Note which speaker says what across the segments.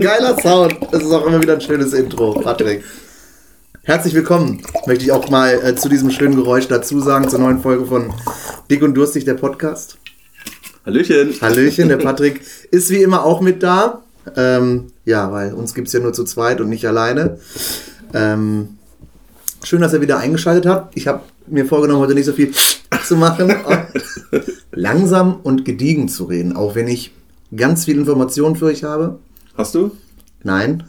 Speaker 1: geiler Sound. Es ist auch immer wieder ein schönes Intro, Patrick. Herzlich willkommen, möchte ich auch mal äh, zu diesem schönen Geräusch dazu sagen, zur neuen Folge von Dick und Durstig, der Podcast.
Speaker 2: Hallöchen.
Speaker 1: Hallöchen, der Patrick ist wie immer auch mit da. Ähm, ja, weil uns gibt es ja nur zu zweit und nicht alleine. Ähm, schön, dass ihr wieder eingeschaltet habt. Ich habe mir vorgenommen, heute nicht so viel zu machen. und langsam und gediegen zu reden, auch wenn ich ganz viel Informationen für euch habe.
Speaker 2: Hast du?
Speaker 1: Nein,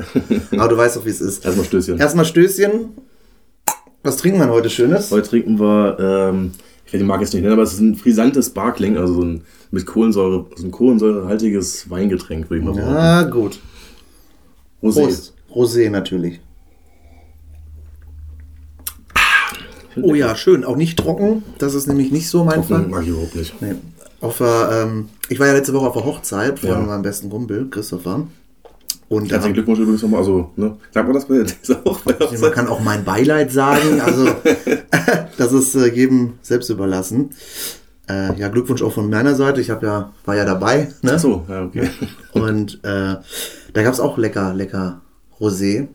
Speaker 1: aber du weißt doch, wie es ist.
Speaker 2: Erstmal Stößchen.
Speaker 1: Erstmal Stößchen. Was trinken wir denn heute Schönes?
Speaker 2: Heute trinken wir, ähm, ich werde die Marke jetzt nicht nennen, aber es ist ein frisantes Sparkling, also so ein mit Kohlensäure, so ein kohlensäurehaltiges Weingetränk, würde ich mal sagen.
Speaker 1: Ah, gut.
Speaker 2: Rosé.
Speaker 1: Prost. Rosé natürlich. Oh ja, schön. Auch nicht trocken. Das ist nämlich nicht so mein
Speaker 2: Hm,
Speaker 1: Fall.
Speaker 2: Mag ich überhaupt nicht.
Speaker 1: Nee. Auf, der, ähm, ich war ja letzte Woche auf der Hochzeit von
Speaker 2: Ja.
Speaker 1: meinem besten Kumpel, Christopher. Und da,
Speaker 2: Herzlichen Glückwunsch übrigens nochmal, also, ne? Sagt man das bei dieser auch bei
Speaker 1: man kann auch mein Beileid sagen. Also, das ist äh, jedem selbst überlassen. Äh, ja, Glückwunsch auch von meiner Seite. Ich hab ja, war ja dabei. Ne?
Speaker 2: Achso, ja, okay.
Speaker 1: Und äh, da gab es auch lecker, lecker Rosé.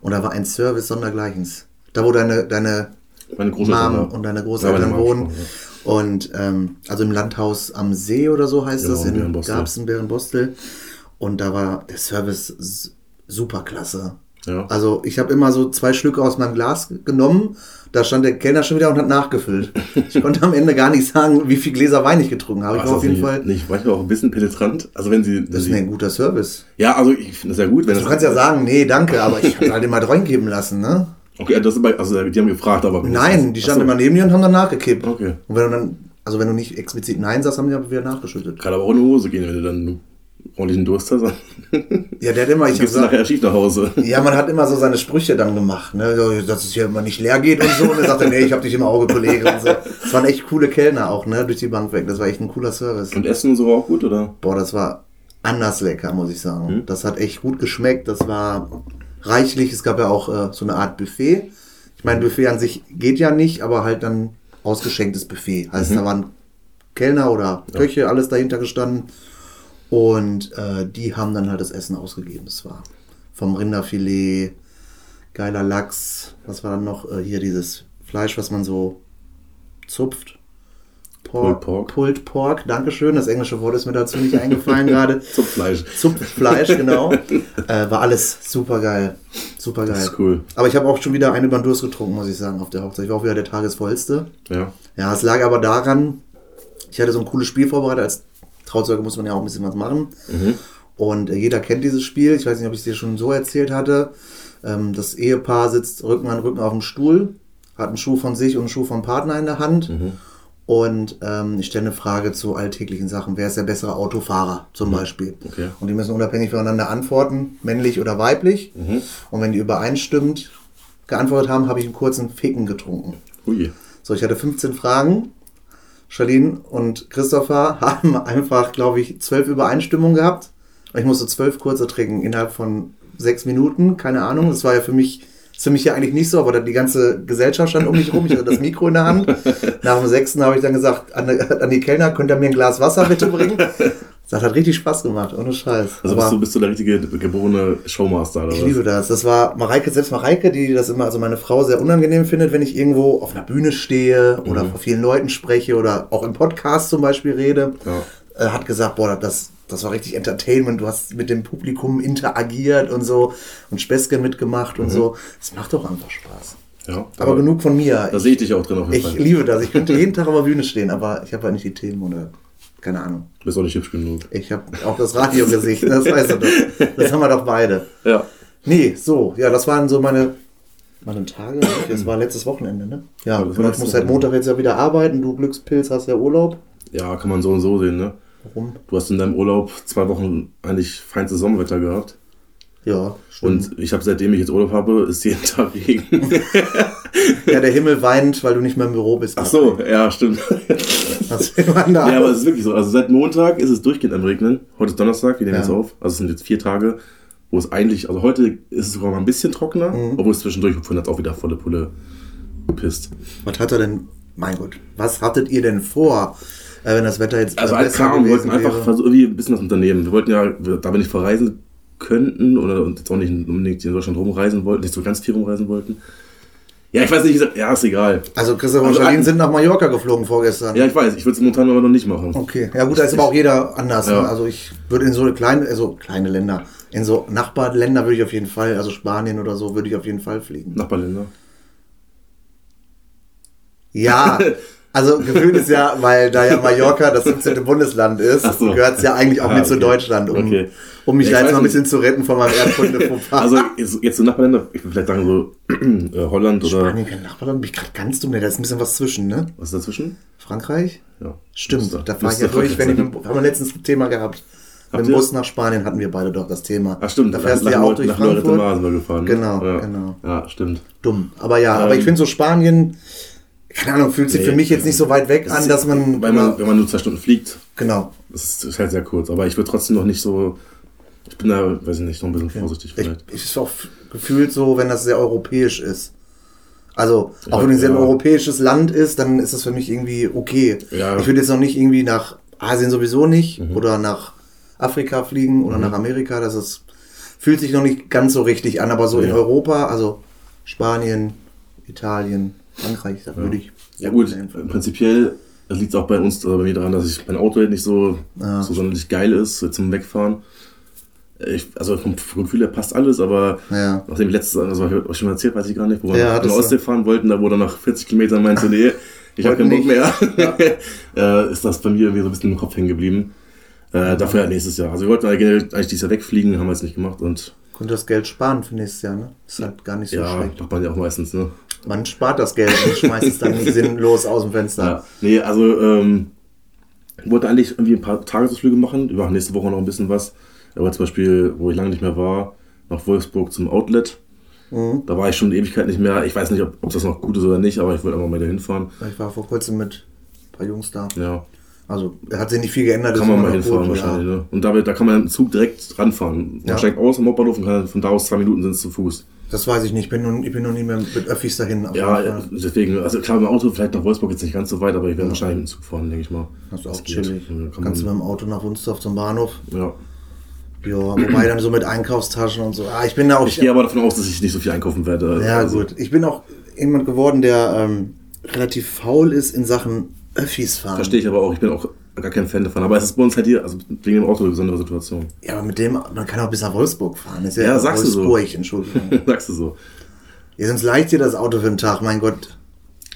Speaker 1: Und da war ein Service sondergleichens. Da, wo deine, deine
Speaker 2: Meine Großeltern.
Speaker 1: Mom
Speaker 2: ja.
Speaker 1: und deine
Speaker 2: Ja,
Speaker 1: Großeltern
Speaker 2: meine Mom
Speaker 1: wohnen.
Speaker 2: schon, ja.
Speaker 1: Und ähm, also im Landhaus am See oder so heißt
Speaker 2: Ja,
Speaker 1: das,
Speaker 2: in
Speaker 1: in
Speaker 2: Genau, Bärenbostel.
Speaker 1: gab es in Bärenbostel. Und da war der Service s- superklasse.
Speaker 2: Ja.
Speaker 1: Also ich habe immer so zwei Schlücke aus meinem Glas genommen. Da stand der Kellner schon wieder und hat nachgefüllt. Ich konnte am Ende gar nicht sagen, wie viel Gläser Wein ich getrunken habe. Ich
Speaker 2: War
Speaker 1: war
Speaker 2: das
Speaker 1: auf jeden
Speaker 2: nicht,
Speaker 1: Fall.
Speaker 2: Nicht, manchmal auch ein bisschen penetrant. Also, wenn sie. Wenn
Speaker 1: Das ist
Speaker 2: sie
Speaker 1: ein guter Service.
Speaker 2: ja, also, ich finde das ja gut, wenn
Speaker 1: Du kannst ja sagen, nee, danke, aber ich habe halt immer reingeben lassen, ne?
Speaker 2: Okay, das ist bei, also, die haben gefragt, aber.
Speaker 1: Nein, die
Speaker 2: Ach
Speaker 1: standen
Speaker 2: so.
Speaker 1: immer neben dir und haben dann nachgekippt.
Speaker 2: Okay.
Speaker 1: Und wenn du dann, also wenn du nicht explizit Nein sagst, haben die aber wieder nachgeschüttet.
Speaker 2: Kann aber auch in die Hose gehen, wenn du dann ordentlichen Durst hast. Dann
Speaker 1: Ja, der hat immer, ich hab
Speaker 2: gibst du
Speaker 1: gesagt,
Speaker 2: nachher schief nach Hause.
Speaker 1: ja, man hat immer so seine Sprüche dann gemacht, ne? So, Dass es hier immer nicht leer geht und so. Und er sagte, nee, ich hab dich im Auge, Kollege und so. Das waren echt coole Kellner auch, ne? Durch die Bank weg. Das war echt ein cooler Service.
Speaker 2: Und Essen und so war auch gut, oder?
Speaker 1: Boah, das war anders lecker, muss ich sagen.
Speaker 2: Hm?
Speaker 1: Das hat echt gut geschmeckt. Das war reichlich. Es gab ja auch äh, so eine Art Buffet. Ich meine, Buffet an sich geht ja nicht, aber halt dann ausgeschenktes Buffet.
Speaker 2: Mhm.
Speaker 1: Heißt, da waren Kellner oder Köche, alles dahinter gestanden. Und äh, die haben dann halt das Essen ausgegeben. Das war vom Rinderfilet, geiler Lachs. Was war dann noch? Äh, hier dieses Fleisch, was man so zupft. Pork,
Speaker 2: Pulled Pork.
Speaker 1: Pulled Pork, Dankeschön. Das englische Wort ist mir dazu nicht eingefallen gerade.
Speaker 2: Zupffleisch.
Speaker 1: Zupffleisch, genau. Äh, war alles super geil. Super geil.
Speaker 2: Das ist cool.
Speaker 1: Aber ich habe auch schon wieder eine über den Durst getrunken, muss ich sagen, auf der Hochzeit. Ich war auch wieder der Tagesvollste.
Speaker 2: Ja.
Speaker 1: Ja, es lag aber daran, ich hatte so ein cooles Spiel vorbereitet. Als Trauzeuge muss man ja auch ein bisschen was machen. Und äh, jeder kennt dieses Spiel. Ich weiß nicht, ob ich es dir schon so erzählt hatte. Ähm, das Ehepaar sitzt Rücken an Rücken auf dem Stuhl, hat einen Schuh von sich und einen Schuh vom Partner in der Hand. Und ähm, ich stelle eine Frage zu alltäglichen Sachen. Wer ist der bessere Autofahrer zum Beispiel?
Speaker 2: Okay.
Speaker 1: Und die müssen unabhängig voneinander antworten, männlich oder weiblich. Und wenn die übereinstimmt geantwortet haben, habe ich einen kurzen Ficken getrunken.
Speaker 2: Ui.
Speaker 1: So, ich hatte 15 Fragen. Charlene und Christopher haben einfach, glaube ich, zwölf Übereinstimmungen gehabt. Und ich musste zwölf kurze trinken innerhalb von sechs Minuten. Keine Ahnung. Das war ja für mich, ist für mich ja eigentlich nicht so, aber da die ganze Gesellschaft stand um mich rum. Ich hatte das Mikro in der Hand. Nach dem sechsten habe ich dann gesagt, an, an die Kellner, könnt ihr mir ein Glas Wasser bitte bringen? Das hat richtig Spaß gemacht, ohne Scheiß.
Speaker 2: Also
Speaker 1: Aber-
Speaker 2: bist du, bist du der richtige geborene Showmaster, oder
Speaker 1: ich
Speaker 2: was?
Speaker 1: liebe das. Das war Mareike, selbst Mareike, die das immer, also meine Frau, sehr unangenehm findet, wenn ich irgendwo auf einer Bühne stehe oder
Speaker 2: Mhm.
Speaker 1: vor vielen Leuten spreche oder auch im Podcast zum Beispiel rede,
Speaker 2: Ja.
Speaker 1: äh, hat gesagt, boah, das, das war richtig Entertainment, du hast mit dem Publikum interagiert und so und Späßchen mitgemacht
Speaker 2: Mhm.
Speaker 1: und so. Das macht doch einfach Spaß.
Speaker 2: Ja.
Speaker 1: Aber, genug von mir.
Speaker 2: Da sehe ich dich auch drin auf jeden
Speaker 1: Ich
Speaker 2: Fall.
Speaker 1: liebe das. Ich könnte jeden Tag auf der Bühne stehen, aber ich habe halt nicht die Themen oder keine Ahnung.
Speaker 2: Du bist auch nicht hübsch genug.
Speaker 1: Ich habe auch das Radiogesicht, das weißt du doch. Das haben wir doch beide.
Speaker 2: Ja.
Speaker 1: Nee, so, ja, das waren so meine, meine Tage. Das war letztes Wochenende, ne? Ja,
Speaker 2: Ja, das war
Speaker 1: ich
Speaker 2: letztes
Speaker 1: muss seit
Speaker 2: Wochenende.
Speaker 1: Montag jetzt ja wieder arbeiten. Du Glückspilz hast ja Urlaub.
Speaker 2: Ja, kann man so und so sehen, ne?
Speaker 1: Warum?
Speaker 2: Du hast in deinem Urlaub zwei Wochen eigentlich feinstes Sommerwetter gehabt.
Speaker 1: Ja, stimmt.
Speaker 2: Und ich habe, seitdem ich jetzt Urlaub habe, ist jeden Tag Regen.
Speaker 1: Ja, der Himmel weint, weil du nicht mehr im Büro bist.
Speaker 2: Ach so, ja, stimmt.
Speaker 1: Das will man da.
Speaker 2: Ja, aber es ist wirklich so. Also seit Montag ist es durchgehend am Regnen. Heute ist Donnerstag, wir nehmen
Speaker 1: Ja.
Speaker 2: jetzt auf. Also es sind jetzt vier Tage, wo es eigentlich, also heute ist es sogar mal ein bisschen trockener,
Speaker 1: Mhm.
Speaker 2: obwohl es zwischendurch von jetzt auch wieder volle Pulle pisst.
Speaker 1: was hat er denn, mein Gott, was hattet ihr denn vor, äh, wenn das Wetter jetzt
Speaker 2: Also
Speaker 1: äh,
Speaker 2: als
Speaker 1: besser
Speaker 2: kam, wir wollten
Speaker 1: gewesen
Speaker 2: einfach
Speaker 1: wäre?
Speaker 2: versuchen, irgendwie ein bisschen was unternehmen. Wir wollten ja, wir- da wir nicht verreisen könnten oder und jetzt auch nicht unbedingt in Deutschland rumreisen wollten, nicht so ganz viel rumreisen wollten. Ja, ich weiß nicht, wie gesagt, ja, ist egal.
Speaker 1: Also Christopher und
Speaker 2: Also
Speaker 1: Charlene
Speaker 2: ein-
Speaker 1: sind nach Mallorca geflogen vorgestern.
Speaker 2: Ja, ich weiß, ich würde es momentan aber noch nicht machen.
Speaker 1: Okay, ja gut, da ist aber auch jeder anders.
Speaker 2: Ja.
Speaker 1: Ne? Also ich würde in so eine kleine, also kleine Länder, in so Nachbarländer würde ich auf jeden Fall, also Spanien oder so, würde ich auf jeden Fall fliegen.
Speaker 2: Nachbarländer.
Speaker 1: Ja, also gefühlt ist ja, weil da ja Mallorca das 17. Bundesland ist,
Speaker 2: Ach so.
Speaker 1: gehört es ja eigentlich auch
Speaker 2: Ah,
Speaker 1: mit zu
Speaker 2: okay.
Speaker 1: Deutschland, um,
Speaker 2: Okay.
Speaker 1: um mich
Speaker 2: Ja, ich
Speaker 1: da jetzt
Speaker 2: weiß
Speaker 1: mal ein
Speaker 2: nicht.
Speaker 1: bisschen zu retten von meinem erdkunde
Speaker 2: Also jetzt, jetzt so Nachbarländer, ich würde vielleicht sagen so äh, Holland oder
Speaker 1: Spanien, kein Nachbarland, bin ich gerade ganz dumm, ne? da ist ein bisschen was zwischen, ne?
Speaker 2: was ist dazwischen?
Speaker 1: Frankreich?
Speaker 2: Ja.
Speaker 1: Stimmt,
Speaker 2: Müsste-
Speaker 1: da fahre ich
Speaker 2: müsste
Speaker 1: ja durch, wenn ich
Speaker 2: Frankreich
Speaker 1: mit, dem- haben wir letztens ein Thema gehabt. Mit dem
Speaker 2: ihr?
Speaker 1: Bus nach Spanien hatten wir beide doch das Thema.
Speaker 2: Ach stimmt,
Speaker 1: da fährst du
Speaker 2: nach-
Speaker 1: ja
Speaker 2: nach
Speaker 1: auch
Speaker 2: Leut-
Speaker 1: durch
Speaker 2: nach Leute
Speaker 1: Frankfurt.
Speaker 2: Masen wir gefahren. ne?
Speaker 1: Genau,
Speaker 2: ja.
Speaker 1: genau.
Speaker 2: Ja, stimmt.
Speaker 1: dumm. Aber ja, aber ich
Speaker 2: Ähm,
Speaker 1: finde so Spanien, keine Ahnung, fühlt sich
Speaker 2: nee, ähm,
Speaker 1: für mich jetzt nicht so weit weg an, dass man.
Speaker 2: Weil man, wenn man nur zwei Stunden fliegt,
Speaker 1: genau.
Speaker 2: das ist, ist halt sehr kurz. Aber ich würde trotzdem noch nicht so. Ich bin da, weiß ich halt- nicht, noch ein bisschen vorsichtig
Speaker 1: Ich,
Speaker 2: vielleicht.
Speaker 1: ich ist auch f- gefühlt so, wenn das sehr europäisch ist. Also, auch
Speaker 2: Ja,
Speaker 1: wenn es sehr ein
Speaker 2: ja.
Speaker 1: europäisches Land ist, dann ist das für mich irgendwie okay.
Speaker 2: Ja. Mhm.
Speaker 1: Ich würde jetzt noch nicht irgendwie nach Asien sowieso nicht oder nach Afrika fliegen oder nach Amerika. Das ist, fühlt sich noch nicht ganz so richtig an, aber so in
Speaker 2: Ja.
Speaker 1: Europa, also Spanien, Italien, Frankreich, da würde ich.
Speaker 2: Ja, gut, prinzipiell liegt es auch bei uns, oder bei mir daran, dass ich mein Auto halt nicht so,
Speaker 1: Ja.
Speaker 2: so sonderlich geil ist äh, zum Wegfahren. Ich, also vom Gefühl her passt alles, aber
Speaker 1: Ja.
Speaker 2: nachdem ich letztes, also hab ich euch schon mal erzählt, weiß ich gar nicht, wo wir
Speaker 1: Ja,
Speaker 2: nach- nach
Speaker 1: das-
Speaker 2: Ostsee fahren wollten, da wurde nach 40 Kilometern meinte, nee, ich habe keinen Bock
Speaker 1: Wollten
Speaker 2: mehr. äh, ist das bei mir irgendwie so ein bisschen im Kopf hängen geblieben. Äh, dafür halt nächstes Jahr. Also wir wollten eigentlich eigentlich dieses Jahr wegfliegen, haben wir jetzt nicht gemacht und
Speaker 1: Könnte das Geld sparen für nächstes Jahr, ne? Ist halt gar nicht so
Speaker 2: ja,
Speaker 1: schlecht.
Speaker 2: macht man ja auch meistens, ne?
Speaker 1: Man spart das Geld und schmeißt es dann nicht sinnlos aus dem Fenster.
Speaker 2: Ja, nee, also ähm, wollte eigentlich irgendwie ein paar Tagesausflüge machen. Wir machen nächste Woche noch ein bisschen was. Aber zum Beispiel, wo ich lange nicht mehr war, nach Wolfsburg zum Outlet.
Speaker 1: Mhm.
Speaker 2: Da war ich schon eine Ewigkeit nicht mehr. Ich weiß nicht, ob, ob das noch gut ist oder nicht, aber ich wollte einfach mal wieder hinfahren.
Speaker 1: Ich war vor kurzem mit ein paar Jungs da.
Speaker 2: Ja,
Speaker 1: Also hat sich nicht viel geändert.
Speaker 2: kann
Speaker 1: ist
Speaker 2: man
Speaker 1: immer
Speaker 2: mal
Speaker 1: noch
Speaker 2: hinfahren
Speaker 1: gut,
Speaker 2: wahrscheinlich. Ne? Und damit, da kann man im Zug direkt ranfahren. Man
Speaker 1: Ja.
Speaker 2: steigt aus am Hauptbahnhof und kann von da aus zwei Minuten sind es zu Fuß.
Speaker 1: Ja. Das weiß ich nicht. Bin nun, ich bin noch nie mehr mit Öffis dahin. Auf
Speaker 2: ne? Ja,
Speaker 1: jeden
Speaker 2: äh,
Speaker 1: Fall.
Speaker 2: deswegen, also klar, mit dem Auto vielleicht nach Wolfsburg jetzt nicht ganz so weit, aber ich werde wahrscheinlich mit dem Zug fahren, denke ich mal.
Speaker 1: das ist auch
Speaker 2: geht.
Speaker 1: chillig.
Speaker 2: Ja, Kann
Speaker 1: Kannst du
Speaker 2: man,
Speaker 1: mit dem Auto nach Wunstorf zum Bahnhof.
Speaker 2: ja.
Speaker 1: Ja, wobei dann so mit Einkaufstaschen und so. Ah, ich bin da auch.
Speaker 2: Ich gehe aber davon aus, dass ich nicht so viel einkaufen werde.
Speaker 1: ja,
Speaker 2: Also,
Speaker 1: gut. Ich bin auch jemand geworden, der ähm, relativ faul ist in Sachen Öffis fahren.
Speaker 2: Verstehe ich aber auch, ich bin auch gar kein Fan davon. Aber es ist bei uns halt hier, also wegen dem Auto eine besondere Situation.
Speaker 1: Ja, aber mit dem, man kann auch bis nach Wolfsburg fahren. Ist
Speaker 2: Ja, sagst du so.
Speaker 1: Wolfsburg, Entschuldigung.
Speaker 2: Sagst du so.
Speaker 1: ja, sonst leicht dir das Auto für den Tag, mein Gott.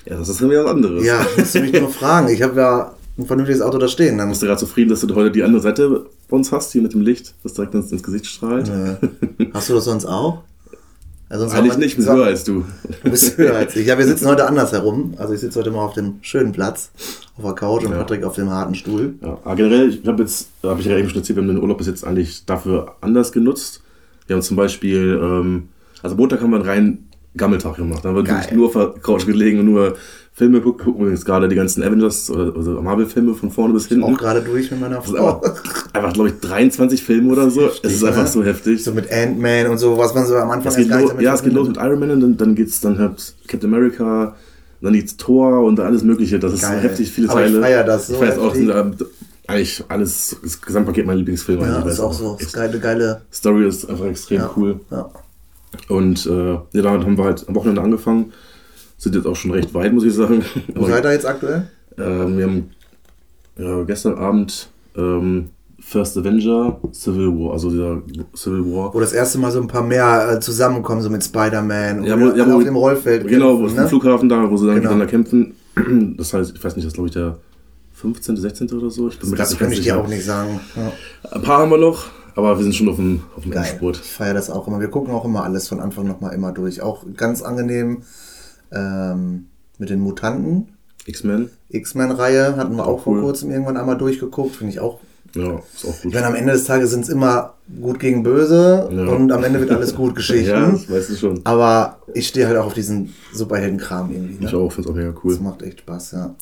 Speaker 2: Ja, das ist dann wieder was anderes.
Speaker 1: Ja, musst du mich nur fragen. Ich habe ja ein vernünftiges Auto da stehen. Dann
Speaker 2: Bist du gerade zufrieden, dass du heute die andere Seite bei uns hast, hier mit dem Licht, das direkt ins, ins Gesicht strahlt?
Speaker 1: Äh, Hast du das sonst auch? Also sonst
Speaker 2: Eigentlich
Speaker 1: haben wir-
Speaker 2: nicht, ich bin
Speaker 1: so-
Speaker 2: höher als du.
Speaker 1: Du bist höher als ich. Ja, wir sitzen heute anders herum. Also ich sitze heute mal auf dem schönen Platz, auf der Couch und
Speaker 2: Ja.
Speaker 1: Patrick auf dem harten Stuhl.
Speaker 2: Ja, aber generell, ich habe jetzt, habe ich ja eben schon erzählt, wir haben den Urlaub bis jetzt eigentlich dafür anders genutzt. Wir haben zum Beispiel, ähm, also Montag haben wir einen reinen Gammeltag gemacht. Da haben wir
Speaker 1: Geil.
Speaker 2: wirklich nur auf der Couch gelegen und nur Filme geguckt. Gucken wir jetzt gerade die ganzen Avengers oder also Marvel-Filme von vorne bis hinten.
Speaker 1: Auch gerade durch mit meiner
Speaker 2: Das ist
Speaker 1: Frau.
Speaker 2: einfach, einfach glaube ich, 23 Filme oder so. es ist einfach
Speaker 1: ne?
Speaker 2: so heftig.
Speaker 1: So mit Ant-Man und so, was man so am Anfang
Speaker 2: es geht
Speaker 1: erst gar
Speaker 2: los,
Speaker 1: nicht damit
Speaker 2: ja, es geht los mit
Speaker 1: verbindet.
Speaker 2: Iron Man und dann, dann geht es dann halt Captain America, dann geht's Thor und alles Mögliche. Das ist
Speaker 1: Geil.
Speaker 2: so heftig, viele
Speaker 1: Aber ich
Speaker 2: Teile.
Speaker 1: feier das so
Speaker 2: ich weiß auch,
Speaker 1: heftig.
Speaker 2: sind, ähm, eigentlich alles, das Gesamtpaket mein Lieblingsfilm. eigentlich,
Speaker 1: Ja,
Speaker 2: weil
Speaker 1: das ist
Speaker 2: es
Speaker 1: auch so. Das
Speaker 2: echt-
Speaker 1: ist geile, geile.
Speaker 2: Story ist einfach extrem
Speaker 1: Ja,
Speaker 2: cool.
Speaker 1: Ja.
Speaker 2: Und äh, ja, damit haben wir halt am Wochenende angefangen. Sind jetzt auch schon recht weit, muss ich sagen.
Speaker 1: Wo seid ihr jetzt aktuell?
Speaker 2: Ähm, wir haben äh, gestern Abend ähm, First Avenger Civil War, also dieser Civil War.
Speaker 1: Wo das erste Mal so ein paar mehr äh, zusammenkommen, so mit Spider-Man.
Speaker 2: Ja,
Speaker 1: und
Speaker 2: wo-
Speaker 1: alle
Speaker 2: ja, wo-
Speaker 1: auf dem Rollfeld.
Speaker 2: Genau, wo
Speaker 1: kämpfen,
Speaker 2: ist ein Flughafen da, wo sie dann
Speaker 1: ne? Genau.
Speaker 2: miteinander kämpfen. Das heißt, ich weiß nicht, das ist glaube ich der 15., 16. oder so. Ich bin mir
Speaker 1: Das
Speaker 2: grad
Speaker 1: kann ich dir
Speaker 2: sicher.
Speaker 1: auch nicht sagen. Ja.
Speaker 2: Ein paar haben wir noch, aber wir sind schon auf dem, auf dem
Speaker 1: Geil.
Speaker 2: Endspurt.
Speaker 1: Ich feiere das auch immer. Wir gucken auch immer alles von Anfang nochmal immer durch. Auch ganz angenehm ähm, mit den Mutanten.
Speaker 2: X-Men,
Speaker 1: X-Men-Reihe hatten wir auch vor
Speaker 2: Cool.
Speaker 1: kurzem irgendwann einmal durchgeguckt. Finde ich auch.
Speaker 2: ja, ist auch
Speaker 1: Ich
Speaker 2: gut.
Speaker 1: meine, am Ende des Tages sind es immer gut gegen böse
Speaker 2: Ja.
Speaker 1: und am Ende wird alles gut Geschichten.
Speaker 2: Ja, das weißt du schon.
Speaker 1: Aber ich stehe halt auch auf diesen Superheldenkram irgendwie.
Speaker 2: Ich
Speaker 1: Ne?
Speaker 2: auch, finde es auch mega
Speaker 1: Das
Speaker 2: cool.
Speaker 1: macht echt Spaß, ja.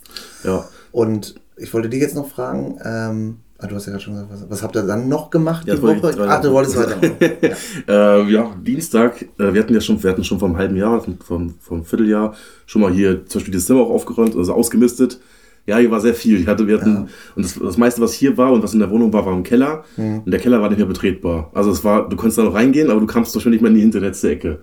Speaker 2: Ja,
Speaker 1: Und ich wollte dich jetzt noch fragen, ähm, ah, du hast ja gerade schon gesagt, was, was habt ihr dann noch gemacht
Speaker 2: Ja,
Speaker 1: die
Speaker 2: das wollte ich
Speaker 1: Woche?
Speaker 2: gerade
Speaker 1: Ach, du wolltest weitermachen. ja.
Speaker 2: äh, ja Dienstag, äh, wir hatten ja schon, wir hatten schon vom halben Jahr, vom, vom, vom Vierteljahr schon mal hier zum Beispiel das Zimmer auch aufgeräumt, also ausgemistet. Ja, hier war sehr viel. Ich hatte, wir hatten, Und das, das meiste, was hier war und was in der Wohnung war, war im Keller. Und der Keller war nicht mehr betretbar. Also es war, du konntest da noch reingehen, aber du kamst doch schon nicht mehr in die hinterletzte Ecke.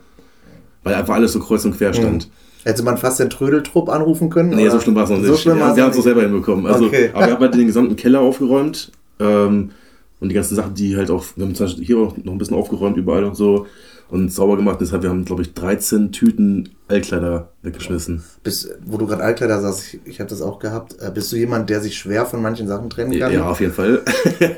Speaker 2: Weil einfach alles so kreuz und quer stand.
Speaker 1: Hätte man fast den Trödeltrupp anrufen können?
Speaker 2: Nee,
Speaker 1: oder?
Speaker 2: so schlimm war es noch nicht.
Speaker 1: So schlimm
Speaker 2: ja,
Speaker 1: war's
Speaker 2: wir haben
Speaker 1: noch
Speaker 2: es auch
Speaker 1: nicht.
Speaker 2: selber hinbekommen. Also,
Speaker 1: Okay.
Speaker 2: Aber wir haben halt den gesamten Keller aufgeräumt ähm, und die ganzen Sachen, die halt auch, wir haben zum Beispiel hier auch noch ein bisschen aufgeräumt überall und so und sauber gemacht. Deshalb, wir haben, glaube ich, 13 Tüten Altkleider weggeschmissen.
Speaker 1: Bist, wo du gerade Altkleider sagst, ich, ich habe das auch gehabt. Äh, Bist du jemand, der sich schwer von manchen Sachen trennen
Speaker 2: Ja,
Speaker 1: kann?
Speaker 2: auf jeden Fall.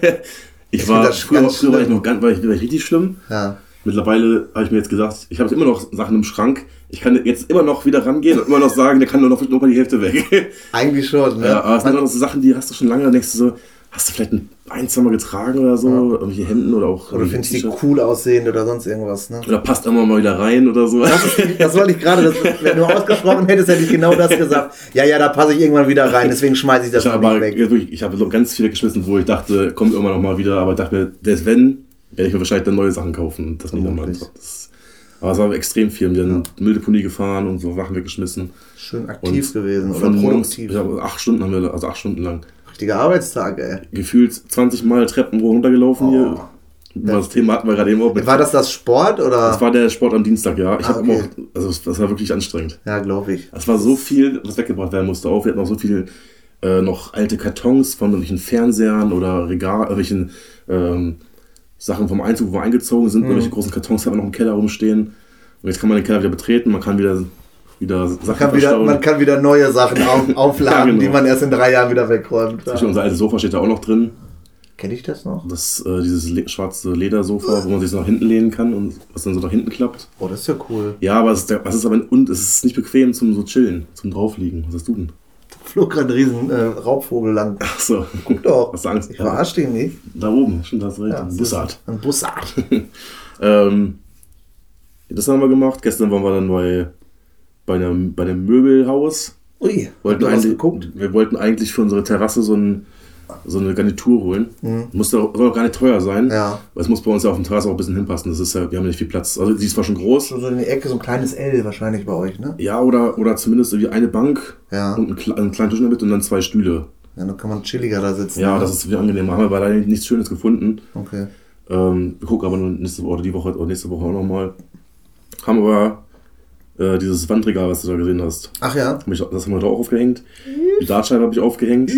Speaker 2: ich
Speaker 1: Ich
Speaker 2: war,
Speaker 1: find das
Speaker 2: früher,
Speaker 1: ganz
Speaker 2: früher war ich
Speaker 1: schlimm.
Speaker 2: noch ganz, war ich, war ich richtig schlimm.
Speaker 1: Ja.
Speaker 2: Mittlerweile habe ich mir jetzt gesagt, ich habe immer noch Sachen im Schrank. Ich kann jetzt immer noch wieder rangehen und immer noch sagen, der kann nur noch, nur mal die Hälfte weg.
Speaker 1: Eigentlich schon, ne?
Speaker 2: Ja, aber es sind halt auch noch so Sachen, die hast du schon lange, da denkst du so, hast du vielleicht ein, ein zwei Mal getragen oder so, irgendwelche Hemden oder auch
Speaker 1: Oder
Speaker 2: irgendwie
Speaker 1: findest du die
Speaker 2: T-Shirts.
Speaker 1: cool aussehend oder sonst irgendwas, ne?
Speaker 2: Oder passt immer mal wieder rein oder so.
Speaker 1: Das wollte ich gerade, das- wenn du ausgesprochen hättest, hätte ich genau das gesagt. Ja, ja, da passe ich irgendwann wieder rein, deswegen schmeiße ich das
Speaker 2: Ich
Speaker 1: noch
Speaker 2: habe aber
Speaker 1: nicht weg.
Speaker 2: wirklich- ich habe so ganz viel weggeschmissen, wo ich dachte, kommt irgendwann noch mal wieder, aber ich dachte mir, das wenn, werde ich mir wahrscheinlich dann neue Sachen kaufen und das nicht nochmal.
Speaker 1: Vermutlich.
Speaker 2: Das- Aber es war extrem viel. Wir haben ja. Mülldeponie gefahren und so Sachen weggeschmissen.
Speaker 1: Schön
Speaker 2: Und
Speaker 1: aktiv gewesen oder
Speaker 2: von morgens-
Speaker 1: produktiv.
Speaker 2: Ja, acht Stunden haben wir, also acht Stunden lang,
Speaker 1: Richtiger Arbeitstag, ey.
Speaker 2: gefühlt 20 Mal Treppen runtergelaufen
Speaker 1: Oh.
Speaker 2: hier. Das Thema hatten wir gerade eben auch mit
Speaker 1: War das das Sport oder?
Speaker 2: Das war der Sport am Dienstag, ja. Ich
Speaker 1: Ah,
Speaker 2: habe
Speaker 1: okay.
Speaker 2: auch, also es- das war wirklich anstrengend.
Speaker 1: ja, glaube ich.
Speaker 2: Es war so viel, was weggebracht werden musste auch. Wir hatten auch so viel äh, noch alte Kartons von irgendwelchen Fernsehern oder Regal, irgendwelchen ähm, Sachen vom Einzug, wo wir eingezogen
Speaker 1: Hm.
Speaker 2: sind. Irgendwelche großen Kartons haben wir noch im Keller rumstehen. Und jetzt kann man den Keller wieder betreten, man kann wieder, wieder Sachen
Speaker 1: Man kann, wieder,
Speaker 2: verstauen.
Speaker 1: man kann wieder neue Sachen auf, aufladen,
Speaker 2: Ja, genau.
Speaker 1: die man erst in drei Jahren wieder wegräumt.
Speaker 2: Zum Beispiel
Speaker 1: Ja.
Speaker 2: unser altes Sofa steht da auch noch drin.
Speaker 1: Kenne ich das noch?
Speaker 2: Das, äh, dieses le schwarze Ledersofa, wo man sich so nach hinten lehnen kann und was dann so nach hinten klappt.
Speaker 1: Oh, das ist ja cool.
Speaker 2: Ja, aber es ist, es ist aber und es ist nicht bequem zum so chillen, zum draufliegen. Was hast du denn?
Speaker 1: Flog gerade ein riesen äh, Raubvogel lang.
Speaker 2: Ach so.
Speaker 1: Guck doch.
Speaker 2: Hast du Angst?
Speaker 1: Ich verarsche den nicht.
Speaker 2: Da oben, stimmt, hast recht.
Speaker 1: Ja.
Speaker 2: Bussard.
Speaker 1: Ein Bussard.
Speaker 2: Ähm, das haben wir gemacht. Gestern waren wir dann bei, bei, einem, bei einem Möbelhaus.
Speaker 1: Ui, habt
Speaker 2: Wollten
Speaker 1: ihr was
Speaker 2: eigentlich-
Speaker 1: geguckt?
Speaker 2: Wir wollten eigentlich für unsere Terrasse so, ein, so eine Garnitur holen. Muss doch, soll auch gar nicht teuer sein.
Speaker 1: Mhm. Ja.
Speaker 2: Weil Es muss bei uns ja auf dem Terrasse auch ein bisschen hinpassen. Das ist ja, wir haben ja nicht viel Platz. Also die ist zwar schon groß.
Speaker 1: So so in die Ecke, so ein kleines L wahrscheinlich bei euch, ne?
Speaker 2: Ja, oder, oder zumindest irgendwie eine Bank
Speaker 1: Ja.
Speaker 2: und einen, kle- einen kleinen Tisch in der Mitte und dann zwei Stühle.
Speaker 1: Ja, dann kann man chilliger da sitzen.
Speaker 2: Ja,
Speaker 1: ne?
Speaker 2: das ist viel angenehmer. Haben wir leider nichts Schönes gefunden.
Speaker 1: Okay.
Speaker 2: Ähm, wir gucken aber nur nächste Woche, oder die Woche oder nächste Woche auch nochmal. Haben aber äh, dieses Wandregal, was du da gesehen hast.
Speaker 1: Ach ja.
Speaker 2: Hab ich- Das haben wir da auch aufgehängt. Die Dartscheibe habe ich aufgehängt.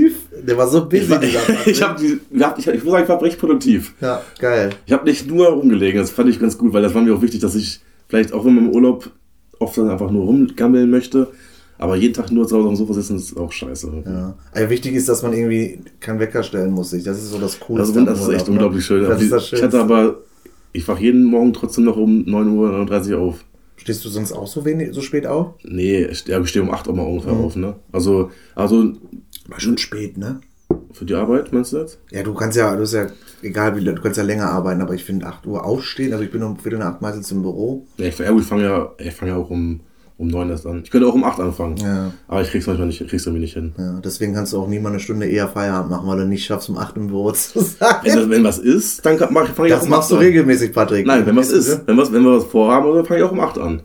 Speaker 1: Der war so busy, dieser Mann.
Speaker 2: Ich, hab die, wir hab- ich, ich muss sagen, ich war recht produktiv.
Speaker 1: Ja, geil.
Speaker 2: Ich habe nicht nur rumgelegen, das fand ich ganz gut, weil das war mir auch wichtig, dass ich vielleicht auch wenn man im Urlaub oft dann einfach nur rumgammeln möchte, aber jeden Tag nur zu Hause auf dem Sofa sitzen ist auch scheiße.
Speaker 1: Ja. Also wichtig ist, dass man irgendwie keinen Wecker stellen muss. sich. Das ist so das Coolste.
Speaker 2: Das, ist, Also das
Speaker 1: am
Speaker 2: ist echt
Speaker 1: Urlaub, ne?
Speaker 2: unglaublich schön.
Speaker 1: Das ist das
Speaker 2: ich
Speaker 1: Schönste.
Speaker 2: hatte aber, ich wach jeden Morgen trotzdem noch um 9.39 Uhr auf.
Speaker 1: Stehst du sonst auch so wenig, so spät auf?
Speaker 2: Nee, ich, ja, ich stehe um 8 Uhr mal ungefähr
Speaker 1: Mhm.
Speaker 2: auf, ne? Also, also
Speaker 1: War schon spät, ne?
Speaker 2: für die Arbeit, meinst du jetzt?
Speaker 1: Ja, du kannst ja, du ist ja egal wie, du kannst ja länger arbeiten, aber ich finde 8 Uhr aufstehen, also ich bin um Viertel nach acht meistens im Büro.
Speaker 2: Ja, ich, ja, gut, ich fange ja, ich fang ja auch um, um 9 erst an. Ich könnte auch um 8 anfangen.
Speaker 1: Ja.
Speaker 2: Aber ich krieg's manchmal nicht, ich krieg's irgendwie nicht hin.
Speaker 1: Ja, deswegen kannst du auch nie mal eine Stunde eher Feierabend machen, weil du nicht schaffst, um 8 im Büro zu sein.
Speaker 2: Wenn, das, wenn was ist, dann fange ich auch
Speaker 1: Das
Speaker 2: um
Speaker 1: machst du
Speaker 2: acht an.
Speaker 1: regelmäßig, Patrick.
Speaker 2: Nein, wenn
Speaker 1: Weißt
Speaker 2: was
Speaker 1: du, ne?
Speaker 2: ist, wenn, was, wenn wir was vorhaben, dann fange ich auch um 8 an.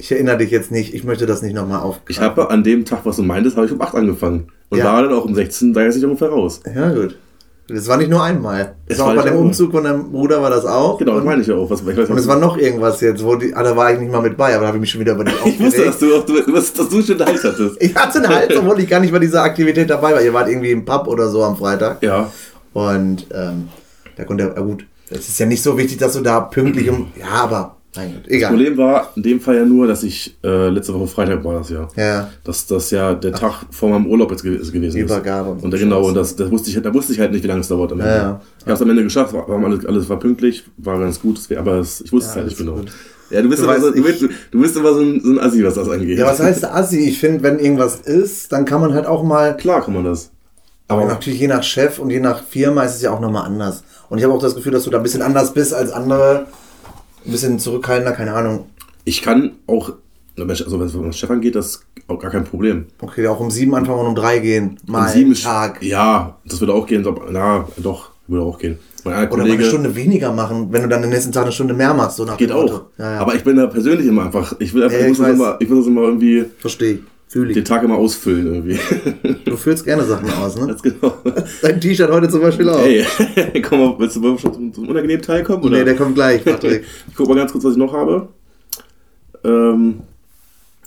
Speaker 1: Ich erinnere dich jetzt nicht, ich möchte das nicht nochmal auf.
Speaker 2: Ich habe an dem Tag, was du meintest, habe ich um 8 angefangen. Und
Speaker 1: Ja.
Speaker 2: war dann auch um 16.30 Uhr ungefähr raus.
Speaker 1: Ja, gut. Das war nicht nur einmal. Das
Speaker 2: Es
Speaker 1: war auch
Speaker 2: war
Speaker 1: bei
Speaker 2: nicht
Speaker 1: dem
Speaker 2: nur-
Speaker 1: Umzug von deinem Bruder war das auch.
Speaker 2: Genau, das
Speaker 1: und,
Speaker 2: meine ich ja auch. Was, ich weiß,
Speaker 1: und
Speaker 2: was,
Speaker 1: es war noch irgendwas jetzt, wo die, ah, da war ich nicht mal mit bei, aber da habe ich mich schon wieder über dich
Speaker 2: ich
Speaker 1: aufgeregt.
Speaker 2: wusste, dass du, auch, du, dass du schon heiß hattest.
Speaker 1: ich hatte einen Hals, obwohl ich gar nicht bei dieser Aktivität dabei war. Ihr wart irgendwie im Pub oder so am Freitag.
Speaker 2: Ja,
Speaker 1: Und ähm, da konnte er, ah, gut, es ist ja nicht so wichtig, dass du da pünktlich um. Ja, aber, mein Gott,
Speaker 2: Das
Speaker 1: egal.
Speaker 2: Problem war in dem Fall ja nur, dass ich äh, letzte Woche Freitag war das ja.
Speaker 1: Ja.
Speaker 2: Dass das ja der Tag vor meinem Urlaub jetzt gew- gewesen ist.
Speaker 1: Übergabe und
Speaker 2: Und,
Speaker 1: so
Speaker 2: da- genau,
Speaker 1: Scheiß.
Speaker 2: und das, das wusste ich, da wusste ich halt nicht, wie lange es dauert am Ende.
Speaker 1: ja.
Speaker 2: Ich habe es am Ende geschafft, war, war alles, alles war pünktlich, war ganz gut, es wär- aber es, ich wusste
Speaker 1: Ja,
Speaker 2: es halt nicht
Speaker 1: alles
Speaker 2: genau.
Speaker 1: gut.
Speaker 2: Ja, du bist,
Speaker 1: Du
Speaker 2: immer,
Speaker 1: weißt,
Speaker 2: so, du,
Speaker 1: ich-
Speaker 2: bist, du bist immer so ein, so ein Assi, was das angeht.
Speaker 1: Ja, was heißt Assi? Ich finde, wenn irgendwas ist, dann kann man halt auch mal
Speaker 2: Klar kann man das.
Speaker 1: Aber natürlich je nach Chef und je nach Firma ist es ja auch nochmal anders. Und ich habe auch das Gefühl, dass du da ein bisschen anders bist als andere. Ein bisschen zurückhaltender, keine Ahnung.
Speaker 2: ich kann auch, also wenn es um Stefan geht, das ist auch gar kein Problem.
Speaker 1: Okay, auch um sieben anfangen und um drei gehen. Mal
Speaker 2: Um sieben
Speaker 1: einen
Speaker 2: ist-
Speaker 1: Tag.
Speaker 2: Ja, das würde auch gehen. so- Na, doch, würde auch gehen. Mein einer
Speaker 1: Oder mal eine
Speaker 2: Kollege-
Speaker 1: Stunde weniger machen, wenn du dann den nächsten Tag eine Stunde mehr machst. So nach
Speaker 2: Geht
Speaker 1: dem Motto.
Speaker 2: auch.
Speaker 1: Ja, ja.
Speaker 2: Aber ich bin da persönlich immer einfach. Ich will einfach,
Speaker 1: Ja,
Speaker 2: ich, muss
Speaker 1: ich
Speaker 2: das
Speaker 1: weiß.
Speaker 2: immer, ich muss das immer irgendwie.
Speaker 1: verstehe ich. Fühl
Speaker 2: den
Speaker 1: ich.
Speaker 2: Tag immer ausfüllen irgendwie.
Speaker 1: Du füllst gerne Sachen aus, ne?
Speaker 2: Ganz genau.
Speaker 1: Dein T-Shirt heute zum Beispiel auch.
Speaker 2: Ey, komm mal, willst du mal schon zum, zum unangenehmen Teil kommen? Oder?
Speaker 1: Nee, der kommt gleich, Patrick.
Speaker 2: Ich guck mal ganz kurz, was ich noch habe. Ähm,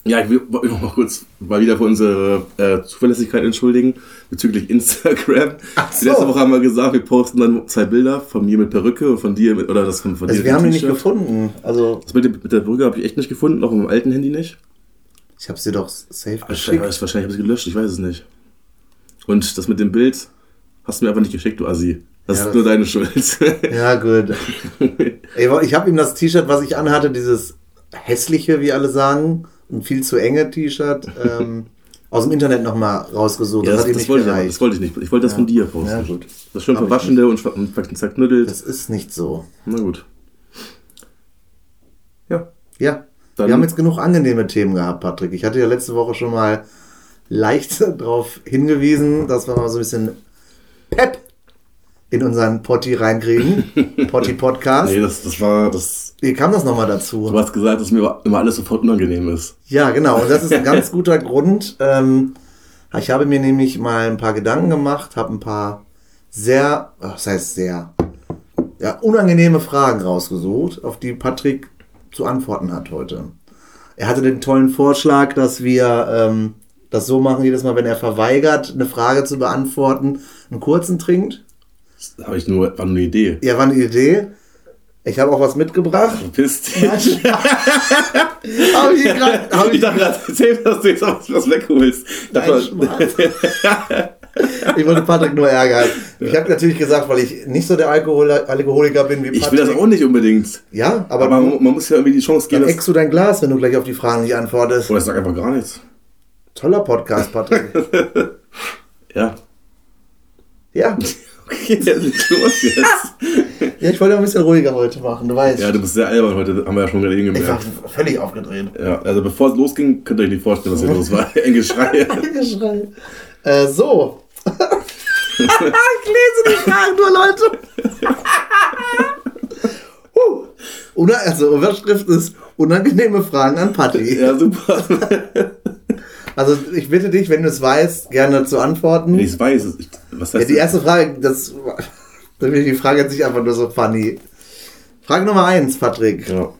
Speaker 2: ja, ich will wollte mich noch mal kurz mal wieder für unsere äh, Zuverlässigkeit entschuldigen bezüglich Instagram.
Speaker 1: Ach
Speaker 2: Die
Speaker 1: so.
Speaker 2: letzte Woche haben wir gesagt, wir posten dann zwei Bilder von mir mit Perücke und von dir mit, oder das von, von
Speaker 1: Also
Speaker 2: dir
Speaker 1: wir
Speaker 2: mit
Speaker 1: haben den nicht
Speaker 2: T-Shirt.
Speaker 1: gefunden. Also
Speaker 2: Das mit, dem- mit der Perücke habe ich echt nicht gefunden, auch im alten Handy nicht.
Speaker 1: ich hab's dir doch safe
Speaker 2: Wahrscheinlich,
Speaker 1: geschickt.
Speaker 2: wahrscheinlich habe ich es gelöscht, ich weiß es nicht. Und das mit dem Bild hast du mir einfach nicht geschickt, du Assi. Das
Speaker 1: Ja,
Speaker 2: ist
Speaker 1: das-
Speaker 2: nur deine Schuld.
Speaker 1: Ja, gut. Ey, Ich habe ihm das T-Shirt, was ich anhatte, dieses hässliche, wie alle sagen, ein viel zu enge T-Shirt, ähm, aus dem Internet nochmal rausgesucht.
Speaker 2: Ja,
Speaker 1: das,
Speaker 2: das,
Speaker 1: hat ihm
Speaker 2: das,
Speaker 1: nicht
Speaker 2: wollte ich aber,
Speaker 1: gereicht.
Speaker 2: das wollte ich nicht. Ich wollte das von dir posten.
Speaker 1: Ja, gut.
Speaker 2: Das schön
Speaker 1: Hab ich
Speaker 2: verwaschende und ver- und ver- zerknüttelt.
Speaker 1: Das ist nicht so.
Speaker 2: Na gut. Ja.
Speaker 1: Ja.
Speaker 2: Dann-
Speaker 1: wir haben jetzt genug angenehme Themen gehabt, Patrick. Ich hatte ja letzte Woche schon mal leicht darauf hingewiesen, dass wir mal so ein bisschen Pep in unseren Potti reinkriegen. Potti-Podcast.
Speaker 2: Nee, das, das war. Das,
Speaker 1: Wie kam das nochmal dazu?
Speaker 2: du hast gesagt, dass mir immer alles sofort unangenehm ist.
Speaker 1: Ja, genau. Und das ist ein ganz guter Grund. Ähm, ich habe mir nämlich mal ein paar Gedanken gemacht, habe ein paar sehr, ach, das heißt sehr, ja, unangenehme Fragen rausgesucht, auf die Patrick zu antworten hat heute. Er hatte den tollen Vorschlag, dass wir ähm, das so machen, jedes Mal, wenn er verweigert, eine Frage zu beantworten, einen kurzen trinkt.
Speaker 2: Das habe ich nur, war nur eine Idee.
Speaker 1: Ja, war eine Idee. Ich habe auch was mitgebracht.
Speaker 2: Verpiss dich.
Speaker 1: Habe ich hier gerade. Hab
Speaker 2: ich
Speaker 1: ich,
Speaker 2: dachte, das erzählt, dass du jetzt auch was wegholst. Ich dachte,
Speaker 1: Nein, Spaß. ich wollte Patrick nur ärgern. Ich habe natürlich gesagt, weil ich nicht so der Alkohol Alkoholiker bin wie Patrick.
Speaker 2: ich will das auch nicht unbedingt.
Speaker 1: Ja, aber,
Speaker 2: Aber man, man muss ja irgendwie die Chance
Speaker 1: dann
Speaker 2: geben. dass-
Speaker 1: eckst du dein Glas, wenn du gleich auf die Fragen nicht antwortest.
Speaker 2: Oder ich sag einfach gar nichts.
Speaker 1: Toller Podcast, Patrick.
Speaker 2: Ja.
Speaker 1: Ja.
Speaker 2: Okay, dann geht's los jetzt.
Speaker 1: ja, ich wollte auch ein bisschen ruhiger heute machen, du weißt.
Speaker 2: ja, du bist sehr albern heute, haben wir ja schon gerade eben
Speaker 1: ich war
Speaker 2: gemerkt.
Speaker 1: völlig aufgedreht.
Speaker 2: Ja, also bevor es losging, könnt ihr euch nicht vorstellen, was hier los war. Ein Geschrei.
Speaker 1: Geschrei. Äh, so. ich lese die Fragen nur, Leute. Huh. Uh. Una- also, Überschrift ist unangenehme Fragen an Patti.
Speaker 2: Ja, super.
Speaker 1: Also ich bitte dich, wenn du es weißt, gerne zu antworten.
Speaker 2: Wenn ich es weiß, ist- ich, was
Speaker 1: ja,
Speaker 2: heißt
Speaker 1: die erste Frage, das finde ich die Frage jetzt nicht einfach nur so funny. Frage Nummer eins, Patrick.
Speaker 2: Ja.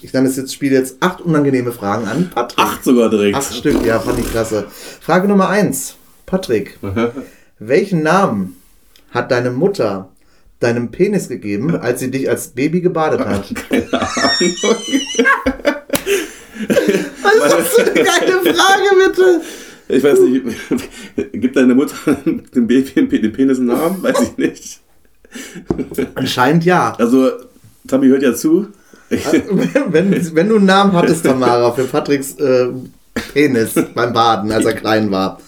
Speaker 1: Ich nenne es jetzt, spiele jetzt acht unangenehme Fragen an. Patrick.
Speaker 2: Acht sogar direkt.
Speaker 1: Acht Stück, ja, fand ich klasse. Frage Nummer eins, Patrick.
Speaker 2: Deine
Speaker 1: Welchen Namen hat deine Mutter deinem Penis gegeben, als sie dich als Baby gebadet hat? Was ist das für eine geile Frage, bitte?
Speaker 2: Ich weiß nicht, gibt deine Mutter dem Baby den Penis einen Namen? Weiß ich nicht.
Speaker 1: Anscheinend ja.
Speaker 2: Also, Tabi hört ja zu. Ich,
Speaker 1: wenn, wenn du einen Namen hattest, Tamara, für Patricks äh, Penis beim Baden, als er klein war.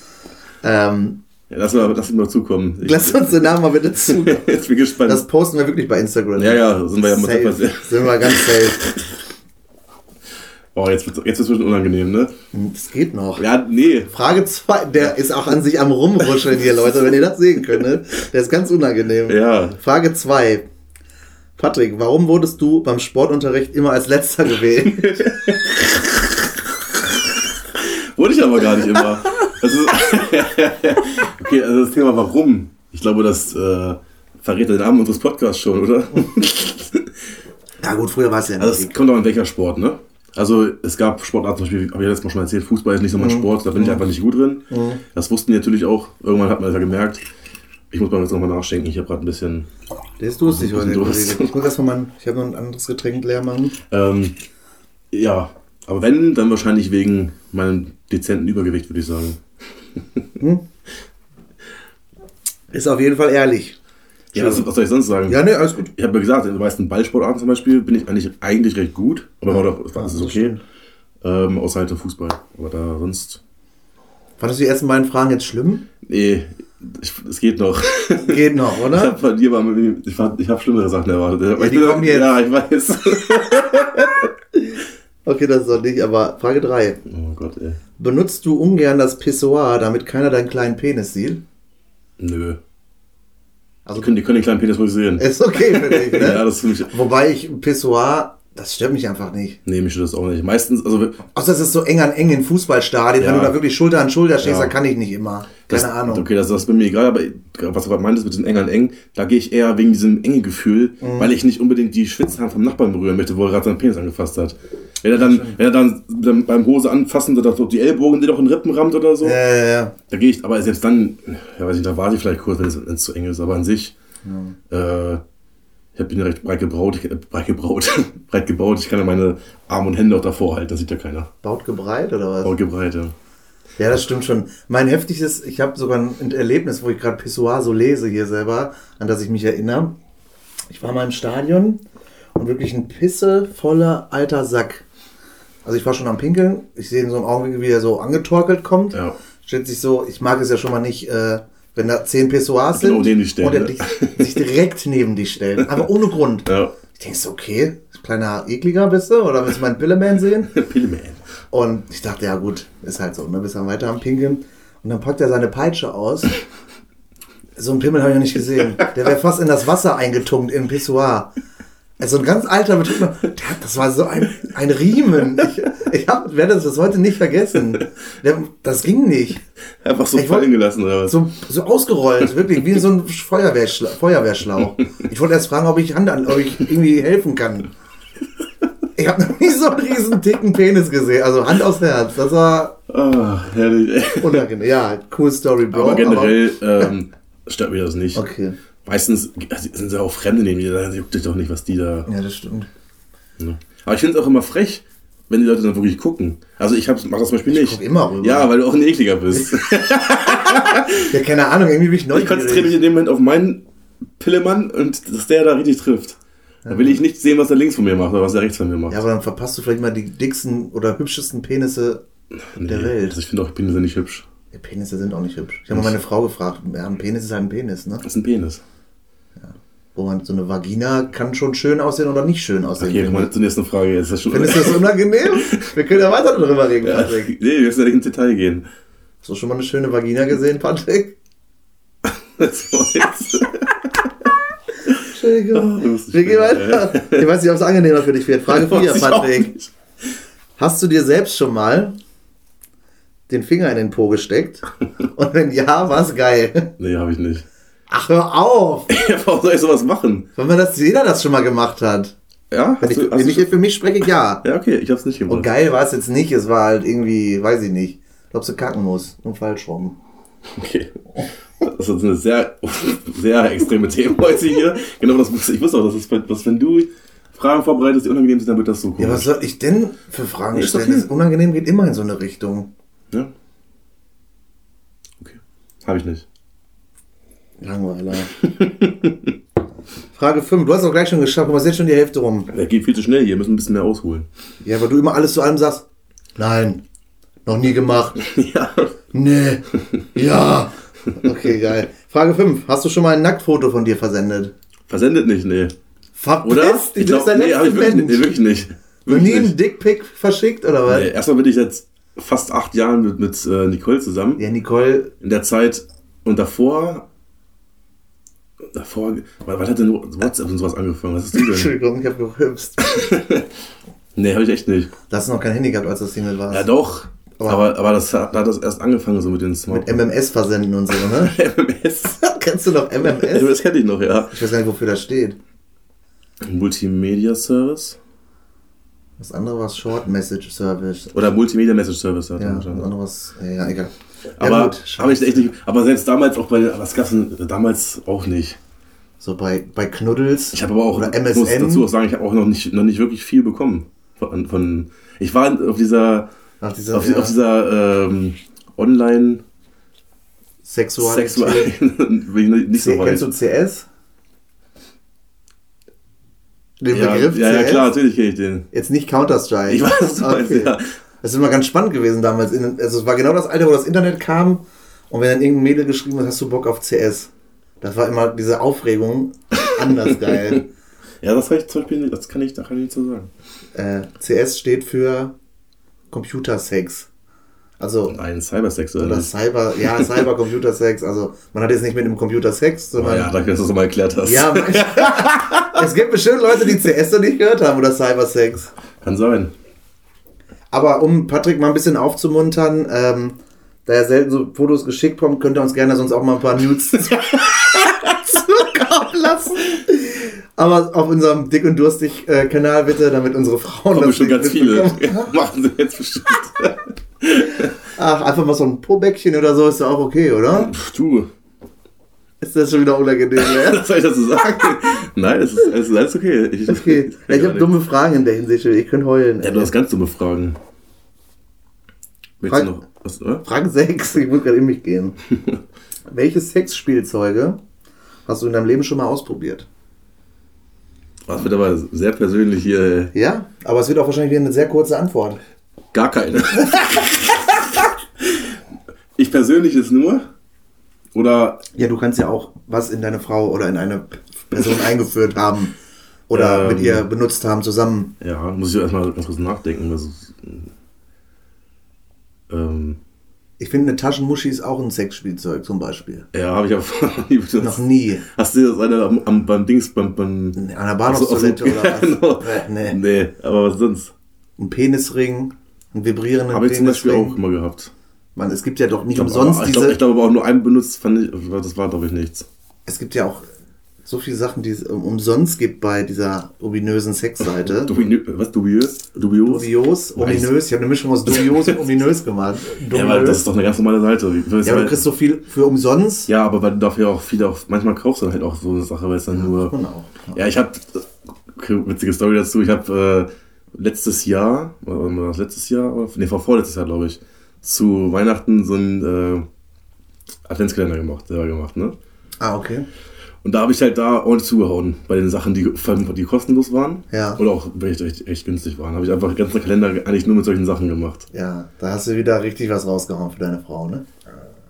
Speaker 1: Ähm,
Speaker 2: ja, lass, mal, lass ihn mal zukommen. Ich,
Speaker 1: lass uns den Namen mal bitte zu.
Speaker 2: jetzt bin ich gespannt.
Speaker 1: Das posten wir wirklich bei Instagram.
Speaker 2: ja, ja, sind wir ja
Speaker 1: safe.
Speaker 2: mal
Speaker 1: Sind wir ganz safe.
Speaker 2: Oh, jetzt wird es jetzt wird's schon unangenehm, ne?
Speaker 1: Das geht noch.
Speaker 2: Ja, nee.
Speaker 1: Frage 2, der ist auch an sich am Rumruscheln hier, Leute, wenn ihr das sehen könntet. Der ist ganz unangenehm.
Speaker 2: Ja.
Speaker 1: Frage 2. Patrick, warum wurdest du beim Sportunterricht immer als letzter gewählt?
Speaker 2: Wurde ich aber gar nicht immer. Das ist okay, also das Thema warum, ich glaube, das äh, verrät den Namen unseres Podcasts schon, oder?
Speaker 1: Ja gut, früher war es ja nicht.
Speaker 2: Also es kommt auch an welcher Sport, ne? Also es gab Sportarten, zum Beispiel, habe ich ja letztes Mal schon erzählt, Fußball ist nicht so mein Sport, da bin ich einfach nicht gut drin. Das wussten die natürlich auch. Irgendwann hat man das ja gemerkt. Ich muss mal jetzt nochmal nachschenken, ich habe gerade ein bisschen...
Speaker 1: Der ist durstig heute, der
Speaker 2: Durst.
Speaker 1: Kollege. Ich muss erstmal mal, ich habe noch ein anderes Getränk leer machen.
Speaker 2: Ähm, ja, aber wenn, dann wahrscheinlich wegen meinem dezenten Übergewicht, würde ich sagen.
Speaker 1: Ist auf jeden Fall ehrlich.
Speaker 2: Ja, was, was soll ich sonst sagen?
Speaker 1: Ja, ne, alles gut.
Speaker 2: Ich habe ja gesagt, in den meisten Ballsportarten zum Beispiel bin ich eigentlich, eigentlich recht gut. Aber war doch, war, das ist
Speaker 1: das
Speaker 2: okay. Ähm, außer halt im Fußball. Aber da sonst.
Speaker 1: Fandest du die ersten beiden Fragen jetzt schlimm?
Speaker 2: Nee, ich, es geht noch.
Speaker 1: Geht noch,
Speaker 2: Ich
Speaker 1: oder?
Speaker 2: hab von dir war mir- ich, war- ich habe schlimmere Sachen erwartet. ich
Speaker 1: die
Speaker 2: bin-
Speaker 1: kommen jetzt.
Speaker 2: Ja, ich weiß.
Speaker 1: Okay, das ist doch nicht, aber Frage 3.
Speaker 2: Oh Gott, ey.
Speaker 1: Benutzt du ungern das Pissoir, damit keiner deinen kleinen Penis sieht? Also-
Speaker 2: Nö.
Speaker 1: Äh,
Speaker 2: Also, die, können, die können den kleinen Penis ruhig sehen.
Speaker 1: Ist okay für dich, ne?
Speaker 2: Ja, das ist für mich.
Speaker 1: Wobei ich ein Pissoir Das stört mich einfach nicht.
Speaker 2: Nee, mich stört das auch nicht. Meistens, also wir-
Speaker 1: Außer es ist so eng an eng in Fußballstadien,
Speaker 2: Ja.
Speaker 1: wenn du da wirklich Schulter an Schulter stehst,
Speaker 2: Ja.
Speaker 1: da kann ich nicht immer. Keine
Speaker 2: das,
Speaker 1: Ahnung.
Speaker 2: Okay, das, das ist bei mir egal, aber was du gerade meintest mit den engeren Eng, da gehe ich eher wegen diesem enge Gefühl,
Speaker 1: Mhm.
Speaker 2: weil ich nicht unbedingt die Schwitzhand vom Nachbarn berühren möchte, wo er gerade seinen Penis angefasst hat. Wenn er dann, wenn er dann, dann beim Hose anfassen, dass doch die Ellbogen dir doch in den Rippen rammt oder so,
Speaker 1: Ja, ja, ja.
Speaker 2: da gehe ich, aber selbst dann, ja weiß ich, da war sie vielleicht kurz, wenn es wenn es zu eng ist, aber an sich, äh, ich hab- bin recht breit gebraut, ich, äh, breit gebraut, breit gebaut, ich kann ja meine Arme und Hände auch davor halten, das sieht ja keiner.
Speaker 1: Baut gebreit oder was?
Speaker 2: Braut gebreit, ja.
Speaker 1: Ja, das stimmt schon. Mein heftigstes, ich habe sogar ein Erlebnis, wo ich gerade Pissoir so lese hier selber, an das ich mich erinnere. Ich war mal im Stadion und wirklich ein pissevoller alter Sack. Also ich war schon am Pinkeln. Ich sehe in so einem Augenblick, wie er so angetorkelt kommt.
Speaker 2: Ja.
Speaker 1: Stellt sich so, ich mag es ja schon mal nicht, äh, wenn da zehn Pissoirs
Speaker 2: Genau,
Speaker 1: sind
Speaker 2: neben dich stellen,
Speaker 1: und er
Speaker 2: ne?
Speaker 1: dich, sich direkt neben dich stellt. Aber ohne Grund.
Speaker 2: Ja,
Speaker 1: Ich denke so, okay, kleiner ekliger bist du oder willst du meinen Pilleman sehen?
Speaker 2: Pilleman.
Speaker 1: Und ich dachte, ja gut, ist halt so, ne? Bist dann weiter am Pinkeln. Und dann packt er seine Peitsche aus. So einen Pimmel habe ich noch nicht gesehen. Der wäre fast in das Wasser eingetunkt im Pissoir. Also ein ganz alter Betrüger. Der hat- Das war so ein, ein Riemen. Ich, ich hab, werde das bis heute nicht vergessen. Der, das ging nicht.
Speaker 2: Einfach so
Speaker 1: Ich wollt-
Speaker 2: fallen gelassen, oder was?
Speaker 1: So, so ausgerollt, wirklich, wie so ein Feuerwehrschla Feuerwehrschlauch. Ich wollte erst fragen, ob ich, Hand an, ob ich irgendwie helfen kann. Ich habe noch nie so einen riesen dicken Penis gesehen. Also Hand aufs Herz. Das war
Speaker 2: Ah, herrlich. ey.
Speaker 1: unangenehm. Ja, cool Story, Bro.
Speaker 2: Aber generell ähm, stört mir das nicht.
Speaker 1: Okay.
Speaker 2: Meistens also, sind sie auch Fremde neben dir, da juckt dich doch nicht, was die da.
Speaker 1: Ja, das stimmt.
Speaker 2: Ne? Aber ich finde es auch immer frech, wenn die Leute dann wirklich gucken. Also ich hab's, mach das zum Beispiel nicht.
Speaker 1: guck immer rüber.
Speaker 2: Ja, weil du auch ein ekliger bist. Also,
Speaker 1: Ja, keine Ahnung, irgendwie bin ich
Speaker 2: ich konzentriere mich
Speaker 1: neugierig.
Speaker 2: in dem Moment auf meinen Pillemann und dass der da richtig trifft. Da will ich nicht sehen, was er links von mir macht oder was er rechts von mir macht.
Speaker 1: Ja, aber dann verpasst du vielleicht mal die dicksten oder hübschesten Penisse der Welt.
Speaker 2: Also ich finde auch Penisse nicht hübsch.
Speaker 1: Ja, Penisse sind auch nicht hübsch. Ich habe mal meine Frau gefragt, ja, ein Penis ist halt ein Penis, ne?
Speaker 2: Das ist ein Penis.
Speaker 1: Wo man so eine Vagina kann schon schön aussehen oder nicht schön aussehen.
Speaker 2: Okay,
Speaker 1: finde
Speaker 2: kommen wir zur nächsten Frage. Jetzt Ist das schon
Speaker 1: Findest du das unangenehm? Wir können ja weiter drüber reden, Patrick.
Speaker 2: nee, wir müssen ja nicht ins Detail gehen.
Speaker 1: Hast du schon mal eine schöne Vagina gesehen, Patrick?
Speaker 2: Das war jetzt.
Speaker 1: Entschuldigung.
Speaker 2: Du bist
Speaker 1: Wir gehen
Speaker 2: ein Spinner,
Speaker 1: weiter. Ich weiß nicht, ob es angenehmer für dich wird. Frage 4,
Speaker 2: Weiß ich auch
Speaker 1: Patrick.
Speaker 2: nicht.
Speaker 1: Hast du dir selbst schon mal den Finger in den Po gesteckt? Und wenn ja, war es geil.
Speaker 2: Nee, habe ich nicht.
Speaker 1: Ach, hör auf!
Speaker 2: Warum soll ich sowas machen?
Speaker 1: Wenn man das, jeder das schon mal gemacht hat.
Speaker 2: Ja?
Speaker 1: Wenn
Speaker 2: Hast
Speaker 1: ich,
Speaker 2: du, hast
Speaker 1: wenn
Speaker 2: du
Speaker 1: ich hier für mich spreche, ja.
Speaker 2: ja, okay, ich hab's nicht gemacht.
Speaker 1: Und Oh, geil war es jetzt nicht. Es war halt irgendwie, weiß ich nicht. Glaubst du, kacken muss und falsch rum.
Speaker 2: Okay. Das ist eine sehr, sehr extreme Themen heute hier. Genau, das wusste ich wusste auch, dass das, was, wenn du Fragen vorbereitest, die unangenehm sind, dann wird das so
Speaker 1: Ja, was
Speaker 2: komisch.
Speaker 1: soll ich denn für Fragen
Speaker 2: Ist doch
Speaker 1: stellen? Das
Speaker 2: okay.
Speaker 1: unangenehm geht immer in so eine Richtung.
Speaker 2: Ja, Okay. Habe ich nicht.
Speaker 1: Langweiler. Frage 5. Du hast auch gleich schon geschafft, aber es ist jetzt schon die Hälfte rum.
Speaker 2: Der geht viel zu schnell hier, müssen ein bisschen mehr ausholen.
Speaker 1: Ja, weil du immer alles zu allem sagst. Nein, noch nie gemacht.
Speaker 2: ja.
Speaker 1: Nee, ja. Okay, geil. Frage 5. Hast du schon mal ein Nacktfoto von dir versendet?
Speaker 2: Versendet nicht, nee.
Speaker 1: Verpiss
Speaker 2: Oder?
Speaker 1: dich, du bist der
Speaker 2: nee, hab
Speaker 1: letzte
Speaker 2: ich wirklich,
Speaker 1: Mensch.
Speaker 2: nee, wirklich nicht.
Speaker 1: Noch
Speaker 2: Wirklich
Speaker 1: nie
Speaker 2: nicht.
Speaker 1: einen Dickpick verschickt, oder was?
Speaker 2: Nee, erstmal bin ich jetzt fast acht Jahren mit, mit äh, Nicole zusammen.
Speaker 1: Ja, Nicole,
Speaker 2: In der Zeit und davor. Davor. Was, was hat denn WhatsApp und sowas angefangen? Was ist das denn?
Speaker 1: Entschuldigung, ich hab gehüpft.
Speaker 2: nee, habe ich echt nicht.
Speaker 1: Da hast du noch kein Handy gehabt, als du Single warst.
Speaker 2: Ja, doch.
Speaker 1: Aber-
Speaker 2: Aber, aber, das hat, da hat das erst angefangen, so mit den Smart.
Speaker 1: MMS versenden und so, ne?
Speaker 2: MMS.
Speaker 1: Kennst du noch MMS?
Speaker 2: Das kenne ich noch, ja.
Speaker 1: Ich weiß gar nicht, wofür das steht.
Speaker 2: Multimedia Service.
Speaker 1: Das andere war Short Message Service.
Speaker 2: Oder Multimedia Message Service. Hat
Speaker 1: Ja,
Speaker 2: man
Speaker 1: das
Speaker 2: schon.
Speaker 1: andere was. Ja, ja egal. ja,
Speaker 2: aber,
Speaker 1: gut,
Speaker 2: aber, ich
Speaker 1: scheiße.
Speaker 2: echt nicht, aber selbst damals auch bei. Was gab's denn damals auch nicht?
Speaker 1: So bei, bei Knuddels.
Speaker 2: Ich habe aber auch,
Speaker 1: Oder
Speaker 2: ich muss
Speaker 1: MSN.
Speaker 2: dazu auch sagen, ich habe auch noch nicht, noch nicht wirklich viel bekommen. Von, von, ich war auf dieser,
Speaker 1: Nach dieser
Speaker 2: auf,
Speaker 1: ja,
Speaker 2: auf dieser ähm, online
Speaker 1: Sexualität.
Speaker 2: sexual bin ich nicht so
Speaker 1: C-
Speaker 2: weit.
Speaker 1: Kennst du CS? Den
Speaker 2: ja,
Speaker 1: Begriff
Speaker 2: ja, ja,
Speaker 1: CS?
Speaker 2: klar, natürlich kenne ich den.
Speaker 1: Jetzt nicht Counter-Strike.
Speaker 2: Ich weiß, was du
Speaker 1: Ah,
Speaker 2: meinst, ja.
Speaker 1: Das ist immer ganz spannend gewesen damals. In- Also es war genau das Alter, wo das Internet kam. Und wenn dann irgendein Mädel geschrieben hat, hast du Bock auf CS? Das war immer diese Aufregung. Anders geil.
Speaker 2: Ja, das habe ich zum Beispiel, das kann ich nachher nicht so sagen.
Speaker 1: Äh, CS steht für Computersex. Also
Speaker 2: Nein, Cybersex oder
Speaker 1: oder
Speaker 2: das?
Speaker 1: Cyber, ja, Cybercomputersex. Also man hat jetzt nicht mit einem Computer Sex,
Speaker 2: Oh
Speaker 1: sondern
Speaker 2: ja, danke, dass du es nochmal erklärt hast.
Speaker 1: Ja, Mensch. es gibt bestimmt Leute, die CS noch nicht gehört haben oder Cybersex.
Speaker 2: Kann sein.
Speaker 1: Aber um Patrick mal ein bisschen aufzumuntern, ähm, da er selten so Fotos geschickt bekommt, könnt ihr uns gerne sonst auch mal ein paar Nudes zukommen lassen. Aber auf unserem Dick- und Durstig-Kanal bitte, damit unsere Frauen
Speaker 2: Kommen
Speaker 1: das
Speaker 2: bestimmt
Speaker 1: nicht
Speaker 2: ganz viele.
Speaker 1: mitbekommen.
Speaker 2: Machen sie jetzt bestimmt.
Speaker 1: Ach, einfach mal so ein Pobäckchen oder so ist ja auch okay, oder?
Speaker 2: Pff, du,
Speaker 1: Ist das schon wieder unangenehm, ne?
Speaker 2: was soll ich dazu sagen? Nein, es ist, es ist alles okay. Ich,
Speaker 1: Okay, ja, ich habe dumme Fragen in der Hinsicht, ich könnte heulen.
Speaker 2: Ja, du hast ganz dumme Fragen. Willst
Speaker 1: Frag-
Speaker 2: du noch was, oder?
Speaker 1: Frage 6, ich muss gerade in mich gehen. Welche Sexspielzeuge hast du in deinem Leben schon mal ausprobiert?
Speaker 2: Das wird aber sehr persönlich hier. äh,
Speaker 1: Ja, aber es wird auch wahrscheinlich wieder eine sehr kurze Antwort.
Speaker 2: Gar keine. ich persönlich ist nur. Oder
Speaker 1: Ja, du kannst ja auch was in deine Frau oder in eine Person eingeführt haben oder
Speaker 2: Ähm.
Speaker 1: mit ihr benutzt haben zusammen.
Speaker 2: Ja, muss ich erstmal ganz kurz nachdenken. Das ist, ähm,
Speaker 1: Ich finde, eine Taschenmuschi ist auch ein Sexspielzeug zum Beispiel.
Speaker 2: ja, habe ich auch noch nie benutzt.
Speaker 1: Noch nie.
Speaker 2: Hast du das eine am, am, beim Dings, beim. beim
Speaker 1: An der Bahnhofstoilette
Speaker 2: Ach so,
Speaker 1: oder was?
Speaker 2: genau.
Speaker 1: Nee.
Speaker 2: nee. aber was sonst?
Speaker 1: Ein Penisring, einen vibrierenden
Speaker 2: Habe ich zum Beispiel
Speaker 1: Penisring.
Speaker 2: auch immer gehabt.
Speaker 1: Man, es gibt ja doch nicht
Speaker 2: Ich glaub,
Speaker 1: umsonst
Speaker 2: aber, ich
Speaker 1: diese...
Speaker 2: glaube glaub, aber auch nur einen benutzt, fand ich, das war, glaube ich, nichts.
Speaker 1: Es gibt ja auch so viele Sachen, die es um- umsonst gibt bei dieser ominösen Sexseite.
Speaker 2: Dubinö, was, dubiös? Dubios?
Speaker 1: Dubios, ominös. Ich habe eine Mischung aus dubios und ominös gemacht.
Speaker 2: Ja, aber das ist doch eine ganz normale Seite. Wie-
Speaker 1: ja, aber du kriegst so viel für umsonst.
Speaker 2: ja, aber weil du dafür auch viel, auch, manchmal kaufst du halt auch so eine Sache, weil es dann nur.
Speaker 1: Und auch.
Speaker 2: Ja, ich habe witzige Story dazu. Ich habe äh, letztes Jahr, äh, war das letztes Jahr, oder, nee, vor vorletztes Jahr, glaube ich, zu Weihnachten so einen äh, Adventskalender gemacht, selber gemacht, ne?
Speaker 1: Ah, okay.
Speaker 2: Und da habe ich halt da ordentlich zugehauen bei den Sachen, die, vor allem die kostenlos waren.
Speaker 1: Ja.
Speaker 2: Oder auch echt, echt, echt günstig waren. Habe ich einfach den ganzen Kalender eigentlich nur mit solchen Sachen gemacht.
Speaker 1: Ja, da hast du wieder richtig was rausgehauen für deine Frau, ne?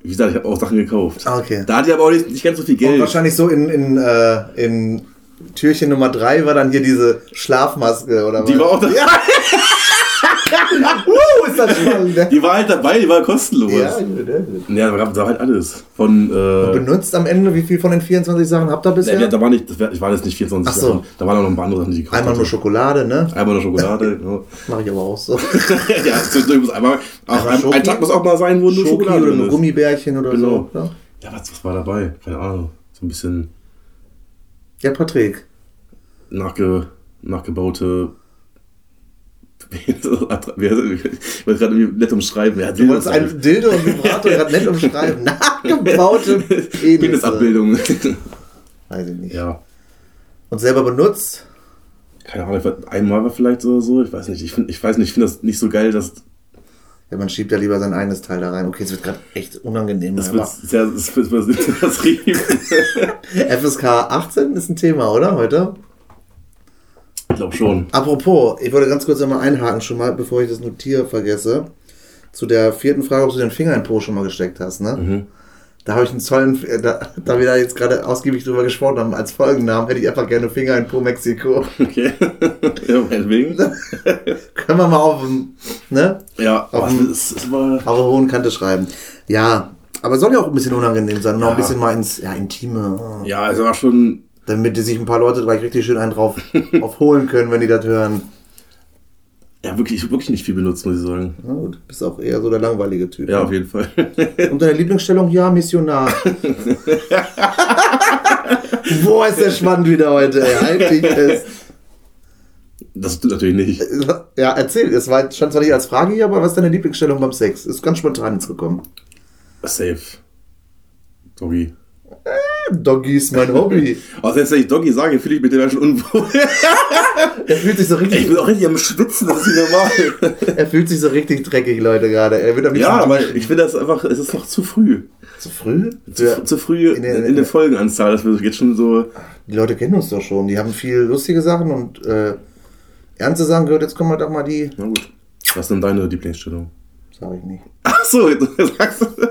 Speaker 2: Wie gesagt, ich habe auch Sachen gekauft.
Speaker 1: Ah, okay.
Speaker 2: Da hatte ich aber auch nicht, nicht ganz so viel
Speaker 1: Und
Speaker 2: Geld.
Speaker 1: wahrscheinlich so in, in, äh, in Türchen Nummer drei war dann hier diese Schlafmaske oder was?
Speaker 2: Die war auch da.
Speaker 1: Ja. uh, ist das spannend, ne?
Speaker 2: Die war halt dabei, die war kostenlos.
Speaker 1: Ja,
Speaker 2: Ja,
Speaker 1: gut, ja, gut.
Speaker 2: da gab es halt alles. Von äh,
Speaker 1: Benutzt am Ende, wie viel von den 24 Sachen habt ihr bisher?
Speaker 2: Nee, nee, da war nicht, das wär- ich war jetzt nicht 24
Speaker 1: Ach so.
Speaker 2: Sachen. Da waren auch noch ein paar andere Sachen, die ich gekauft
Speaker 1: Einmal nur
Speaker 2: hatte.
Speaker 1: Schokolade, ne?
Speaker 2: Einmal nur Schokolade. genau.
Speaker 1: Mache ich aber auch so.
Speaker 2: ja, zwischendurch muss einmal. Auch
Speaker 1: Aber
Speaker 2: ein,
Speaker 1: Schoki-
Speaker 2: ein Tag muss auch mal sein, wo nur
Speaker 1: Schoki
Speaker 2: Schokolade
Speaker 1: oder
Speaker 2: drin
Speaker 1: nur
Speaker 2: ist.
Speaker 1: Gummibärchen oder
Speaker 2: Genau.
Speaker 1: so. Ne?
Speaker 2: Ja, was, was war dabei? Keine Ahnung. So ein bisschen
Speaker 1: Ja, Patrick.
Speaker 2: nachge, nachgebaute. Wie heißt das? ich wollte gerade irgendwie nett umschreiben. Ja,
Speaker 1: Du wolltest ein Dildo und Vibrator gerade nett umschreiben. Nachgebaute Penisse.
Speaker 2: Penisabbildung.
Speaker 1: äh. Weiß ich nicht.
Speaker 2: ja.
Speaker 1: Und selber benutzt?
Speaker 2: Keine Ahnung, ich war- einmal war vielleicht oder so, ich weiß nicht. Ich, find, ich weiß nicht, ich finde das nicht so geil, dass
Speaker 1: Ja, man schiebt ja lieber sein eigenes Teil da rein. Okay, es wird gerade echt unangenehm.
Speaker 2: das
Speaker 1: aber
Speaker 2: wird sehr, das wird das wird- das riecht.
Speaker 1: FSK 18 ist ein Thema, oder? Heute?
Speaker 2: Ich glaube schon.
Speaker 1: Apropos, ich wollte ganz kurz einmal einhaken schon mal, bevor ich das Notier vergesse. Zu der vierten Frage, ob du den Finger in den Po schon mal gesteckt hast, ne?
Speaker 2: Mhm.
Speaker 1: Da habe ich einen tollen, äh, da, da wir da jetzt gerade ausgiebig drüber gesprochen haben, als Folgennamen hätte ich einfach gerne Finger in Po Mexiko.
Speaker 2: Okay. ja, meinetwegen.
Speaker 1: Können wir mal auf, dem, ne?
Speaker 2: Ja, aber
Speaker 1: dem-
Speaker 2: es ist immer.
Speaker 1: auf der hohen Kante schreiben. Ja, aber soll ja auch ein bisschen unangenehm sein, noch ein
Speaker 2: Ja.
Speaker 1: bisschen mal ins ja, Intime, äh,
Speaker 2: Ja, es war schon.
Speaker 1: damit die sich ein paar Leute gleich richtig schön einen drauf aufholen können, wenn die das hören.
Speaker 2: Ja, wirklich, ich hab wirklich nicht viel benutzt, muss ich sagen.
Speaker 1: Na gut, bist auch eher so der langweilige Typ. ne?
Speaker 2: Ja, auf jeden Fall.
Speaker 1: Und deine Lieblingsstellung? Ja, Missionar. Boah, ist der spannend wieder heute. Ey. Halt dich fest.
Speaker 2: Das stimmt natürlich nicht.
Speaker 1: Ja, erzähl. Es war, stand zwar nicht als Frage hier, aber was ist deine Lieblingsstellung beim Sex? Ist ganz spontan jetzt gekommen.
Speaker 2: Safe. Doggy.
Speaker 1: Doggy ist mein Hobby.
Speaker 2: Aber selbst wenn ich Doggy sage, fühle ich mich dabei schon unwohl.
Speaker 1: Er fühlt sich so
Speaker 2: Ich
Speaker 1: richtig,
Speaker 2: bin auch richtig am Schwitzen, das ist nicht normal.
Speaker 1: er fühlt sich so richtig dreckig, Leute, gerade. Er wird am liebsten
Speaker 2: Ja, aber
Speaker 1: duschen.
Speaker 2: ich finde das einfach, es ist noch zu früh.
Speaker 1: Zu früh?
Speaker 2: Zu, zu früh in
Speaker 1: der-
Speaker 2: der,
Speaker 1: in der-
Speaker 2: Folgenanzahl, dass wir jetzt schon so.
Speaker 1: Die Leute kennen uns doch schon. Die haben viel lustige Sachen und äh, ernste Sachen gehört. Jetzt kommen wir doch mal die.
Speaker 2: Na gut. Was ist denn deine Lieblingsstellung?
Speaker 1: Sag ich nicht.
Speaker 2: Ach so, jetzt sagst du.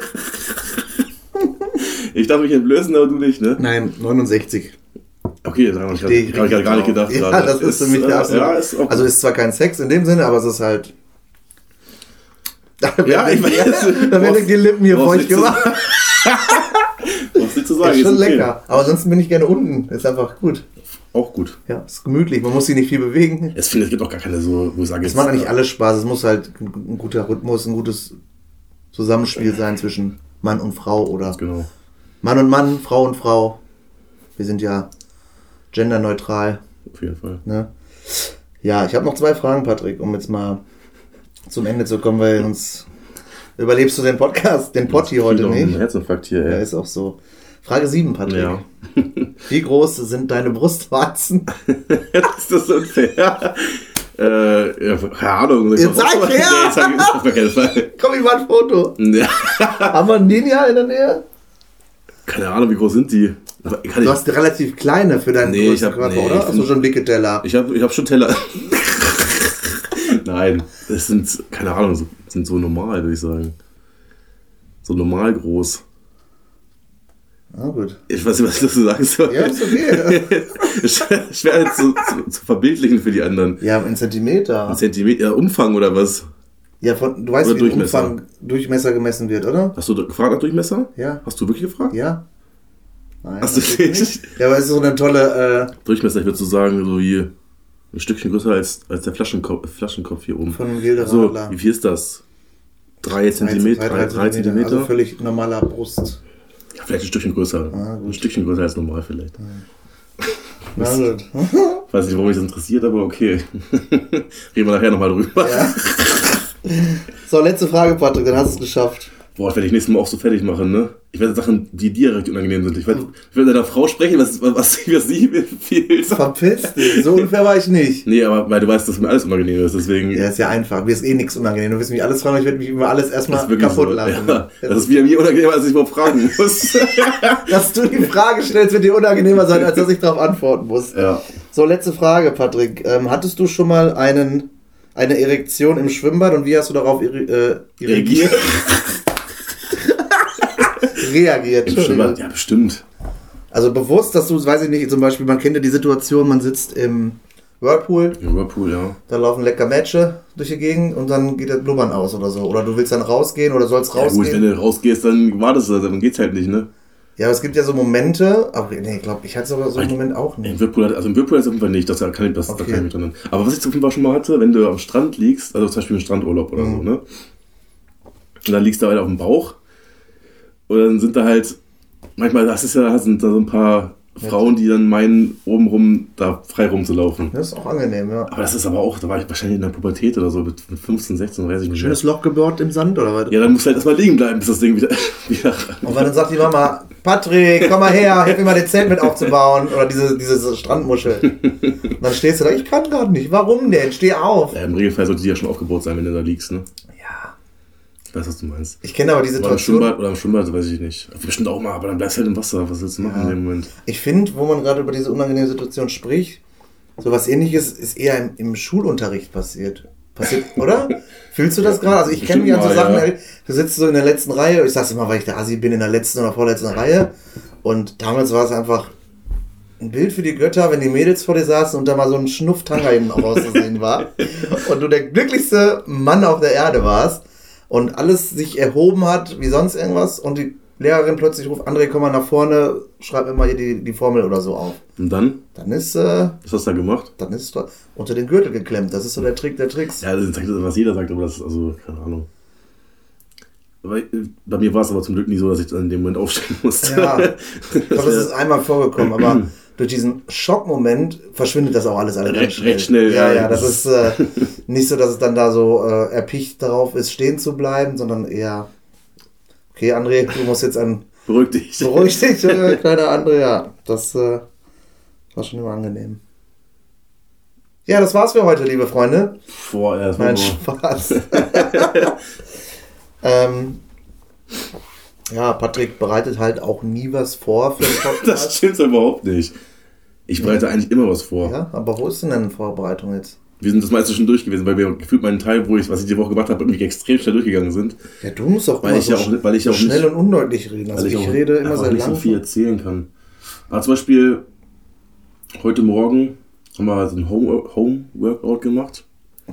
Speaker 2: Ich darf mich entblößen, aber du nicht, ne?
Speaker 1: Nein, 69.
Speaker 2: Okay, daran habe ich,
Speaker 1: Stehe ich
Speaker 2: grad- hab ich grad
Speaker 1: richtig
Speaker 2: gar
Speaker 1: drauf.
Speaker 2: nicht gedacht.
Speaker 1: Ja,
Speaker 2: gerade.
Speaker 1: das ist für mich
Speaker 2: äh,
Speaker 1: der absolute.
Speaker 2: ja, ist auch,
Speaker 1: also ist zwar kein Sex in dem Sinne, aber es ist halt.
Speaker 2: Ja, ich weiß.
Speaker 1: Da werden die Lippen hier
Speaker 2: brauchst
Speaker 1: feucht
Speaker 2: nicht zu-
Speaker 1: gemacht.
Speaker 2: Was willst du sagen?
Speaker 1: Ist schon
Speaker 2: Ist okay.
Speaker 1: lecker. Aber ansonsten bin ich gerne unten. Ist einfach gut.
Speaker 2: Auch gut.
Speaker 1: Ja, ist gemütlich. Man muss sich nicht viel bewegen.
Speaker 2: Es, finde, es gibt auch gar keine so, wo ich sage, äh,
Speaker 1: Es macht eigentlich alles Spaß. Es muss halt ein guter Rhythmus, ein gutes Zusammenspiel sein zwischen Mann und Frau oder
Speaker 2: Genau.
Speaker 1: Mann und Mann, Frau und Frau. Wir sind ja genderneutral.
Speaker 2: Auf jeden Fall.
Speaker 1: Ne? Ja, ich habe noch zwei Fragen, Patrick, um jetzt mal zum Ende zu kommen, weil sonst überlebst du den Podcast, den Potti heute
Speaker 2: Krieg doch
Speaker 1: nicht.
Speaker 2: einen Herzinfarkt hier,
Speaker 1: Ja,
Speaker 2: ey.
Speaker 1: ist auch so. Frage 7, Patrick.
Speaker 2: Ja.
Speaker 1: Wie groß sind deine Brustwarzen?
Speaker 2: ist das unfair? äh, ja, keine Ahnung. Jetzt
Speaker 1: sag her!
Speaker 2: Jetzt sag ich auf gar keinen Fall.
Speaker 1: Komm, ich mal ein Foto.
Speaker 2: Ja.
Speaker 1: Haben wir einen Ninja in der Nähe?
Speaker 2: Keine Ahnung, wie groß sind die? Aber kann
Speaker 1: Du
Speaker 2: ich
Speaker 1: hast relativ kleine für deinen
Speaker 2: Nee, ich
Speaker 1: größten
Speaker 2: hab-
Speaker 1: Körper,
Speaker 2: nee, ich
Speaker 1: oder? Hast du
Speaker 2: find-
Speaker 1: schon dicke Teller?
Speaker 2: ich habe ich hab schon Teller. Nein, das sind, keine Ahnung, so- sind so normal, würde ich sagen. So normal groß.
Speaker 1: Ah, gut.
Speaker 2: Ich weiß nicht, was ich dazu sagen soll.
Speaker 1: Ja, ist okay.
Speaker 2: Schwer jetzt zu, zu, zu verbildlichen für die anderen.
Speaker 1: ja, in Zentimeter.
Speaker 2: Ein Zentimeter äh, Umfang oder was?
Speaker 1: Ja, von, du weißt,
Speaker 2: Oder
Speaker 1: wie der
Speaker 2: Durchmesser.
Speaker 1: Umfang Durchmesser gemessen wird, oder?
Speaker 2: Hast du gefragt nach Durchmesser?
Speaker 1: Ja.
Speaker 2: Hast du wirklich gefragt?
Speaker 1: Ja. Nein.
Speaker 2: Hast du
Speaker 1: natürlich
Speaker 2: nicht?
Speaker 1: Ja, aber es ist so eine tolle, äh,
Speaker 2: Durchmesser, ich würde so sagen, so wie ein Stückchen größer als, als der Flaschenkopf, Flaschenkopf hier oben.
Speaker 1: Von einem Gilde
Speaker 2: so,
Speaker 1: Radler.
Speaker 2: wie viel ist das? Drei
Speaker 1: äh,
Speaker 2: Zentimeter, drei, drei Zentimeter?
Speaker 1: Also völlig normaler Brust.
Speaker 2: ja, vielleicht ein Stückchen größer.
Speaker 1: Ah, gut.
Speaker 2: ein Stückchen größer als normal vielleicht.
Speaker 1: Na gut.
Speaker 2: Weiß nicht, warum mich das interessiert, aber okay. Reden wir nachher nochmal drüber.
Speaker 1: Ja. So, letzte Frage, Patrick, dann hast du es geschafft.
Speaker 2: Boah, wenn ich nächstes Mal auch so fertig mache, ne? Ich werde Sachen, die dir direkt unangenehm sind. Ich werde, ich werde deiner Frau sprechen, was, was, was sie mir empfiehlt.
Speaker 1: Verpiss dich, so unfair war ich nicht.
Speaker 2: Nee, aber weil du weißt, dass mir alles unangenehm ist, deswegen.
Speaker 1: Ja, ist ja einfach. Mir ist eh nichts unangenehm. Du wirst mich alles fragen, ich werde mich über alles
Speaker 2: Das
Speaker 1: erstmal
Speaker 2: ist wirklich
Speaker 1: kaputt
Speaker 2: so.
Speaker 1: lachen.
Speaker 2: Ja, das ist mir mir unangenehm, als ich überhaupt fragen muss.
Speaker 1: Dass du die Frage stellst, wird dir unangenehmer sein, als dass ich darauf antworten muss.
Speaker 2: ja.
Speaker 1: So, letzte Frage, Patrick. Ähm, hattest du schon mal einen, eine Erektion im Schwimmbad und wie hast du darauf irri- äh, irrigiert, reagiert?
Speaker 2: Im Schwimmbad, ja, bestimmt.
Speaker 1: Also bewusst, dass du, weiß ich nicht, zum Beispiel, man kennt ja die Situation, man sitzt im Whirlpool,
Speaker 2: Im Whirlpool, ja.
Speaker 1: da laufen lecker Matche durch die Gegend und dann geht das Blubbern aus oder so. Oder du willst dann rausgehen oder sollst
Speaker 2: ja gut,
Speaker 1: rausgehen.
Speaker 2: wenn du rausgehst, dann war das, dann geht's halt nicht, ne?
Speaker 1: Ja, aber es gibt ja so Momente, aber nee, ich glaube, ich hatte sogar so einen Moment auch
Speaker 2: Im
Speaker 1: nicht.
Speaker 2: Whirlpool, also im Whirlpool ist auf jeden Fall nicht, das kann ich, das, da
Speaker 1: Okay.
Speaker 2: kann ich mich dran erinnern. Aber was ich auf jeden Fall schon mal hatte, wenn du am Strand liegst, also zum Beispiel im Strandurlaub oder
Speaker 1: Mhm.
Speaker 2: so, ne? Und dann liegst du halt auf dem Bauch und dann sind da halt, manchmal, das ist ja, da sind da so ein paar Frauen, die dann meinen, obenrum da frei rumzulaufen.
Speaker 1: Das ist auch angenehm, ja.
Speaker 2: Aber das ist aber auch, da war ich wahrscheinlich in der Pubertät oder so, mit mit 15, 16, weiß ich nicht mehr.
Speaker 1: Schönes Loch gebohrt im Sand oder was?
Speaker 2: Ja, dann musst du halt erstmal liegen bleiben, bis das Ding wieder, wieder
Speaker 1: Und wenn dann sagt die Mama, Patrick, komm mal her, hilf mir mal den Zelt mit aufzubauen. Oder diese, diese Strandmuschel. Und dann stehst du da, ich kann gerade nicht. Warum denn? Steh auf.
Speaker 2: Ja, Im Regelfall sollte die ja schon aufgebaut sein, wenn du da liegst, ne?
Speaker 1: Ja.
Speaker 2: Ich weiß, was du meinst.
Speaker 1: Ich kenne aber die
Speaker 2: Oder im
Speaker 1: Situation.
Speaker 2: Schwimmbad, oder im Schwimmbad, weiß ich nicht. Bestimmt auch mal, aber dann bleibst du halt im Wasser. Was willst du machen
Speaker 1: Ja.
Speaker 2: in dem Moment?
Speaker 1: Ich finde, wo man gerade über diese unangenehme Situation spricht, so was ähnliches ist eher im, im Schulunterricht passiert. Passiert, oder? Fühlst du das gerade? Also ich kenne mich an so
Speaker 2: Bestimmt
Speaker 1: Sachen,
Speaker 2: mal, ja.
Speaker 1: ey, du sitzt so in der letzten Reihe, ich sag's immer, weil ich der Asi bin, in der letzten oder vorletzten Reihe. Und damals war es einfach ein Bild für die Götter, wenn die Mädels vor dir saßen und da mal so ein Schnufftanger hinten auch auszusehen war. Und du der glücklichste Mann auf der Erde warst und alles sich erhoben hat, wie sonst irgendwas. Und die Lehrerin plötzlich ruft, André, komm mal nach vorne, schreib mir mal hier die, die Formel oder so auf.
Speaker 2: Und dann?
Speaker 1: Dann ist, äh,
Speaker 2: Was hast du da gemacht?
Speaker 1: dann ist du unter den Gürtel geklemmt. Das ist so der Trick der Tricks.
Speaker 2: Ja, das ist was jeder sagt, aber das ist, also, keine Ahnung. Aber, äh, bei mir war es aber zum Glück nicht so, dass ich in dem Moment aufstehen musste.
Speaker 1: Ja.
Speaker 2: das
Speaker 1: Ich glaube, das
Speaker 2: wär
Speaker 1: ist einmal vorgekommen,
Speaker 2: Mhm.
Speaker 1: aber durch diesen Schockmoment verschwindet das auch alles alle
Speaker 2: Recht-
Speaker 1: ganz schnell.
Speaker 2: recht schnell,
Speaker 1: Ja,
Speaker 2: ja.
Speaker 1: ja, das ist äh, nicht so, dass es dann da so äh, erpicht darauf ist, stehen zu bleiben, sondern eher, okay, André, du musst jetzt an,
Speaker 2: beruhig dich.
Speaker 1: beruhig dich, äh, kleiner André, ja. Das äh, war schon immer angenehm. Ja, das war's für heute, liebe Freunde.
Speaker 2: Boah, ja, das war
Speaker 1: Nein,
Speaker 2: so-
Speaker 1: Spaß. ähm, ja, Patrick bereitet halt auch nie was vor für den Podcast.
Speaker 2: das stimmt überhaupt nicht. Ich bereite eigentlich immer was vor.
Speaker 1: Ja, aber wo ist denn deine Vorbereitung jetzt?
Speaker 2: Wir sind das meiste schon durch gewesen, weil wir gefühlt meinen Teil, wo ich, was ich die Woche gemacht habe, irgendwie extrem schnell durchgegangen sind.
Speaker 1: Ja, du musst auch
Speaker 2: Weil
Speaker 1: immer
Speaker 2: ich
Speaker 1: so,
Speaker 2: ja auch- weil ich
Speaker 1: so
Speaker 2: ja auch
Speaker 1: schnell
Speaker 2: nicht-
Speaker 1: und undeutlich reden. Also
Speaker 2: Weil
Speaker 1: ich,
Speaker 2: auch
Speaker 1: rede immer
Speaker 2: einfach
Speaker 1: sehr
Speaker 2: nicht
Speaker 1: lang.
Speaker 2: so viel erzählen kann. Aber zum Beispiel, heute Morgen haben wir so ein Home- Home-Workout gemacht.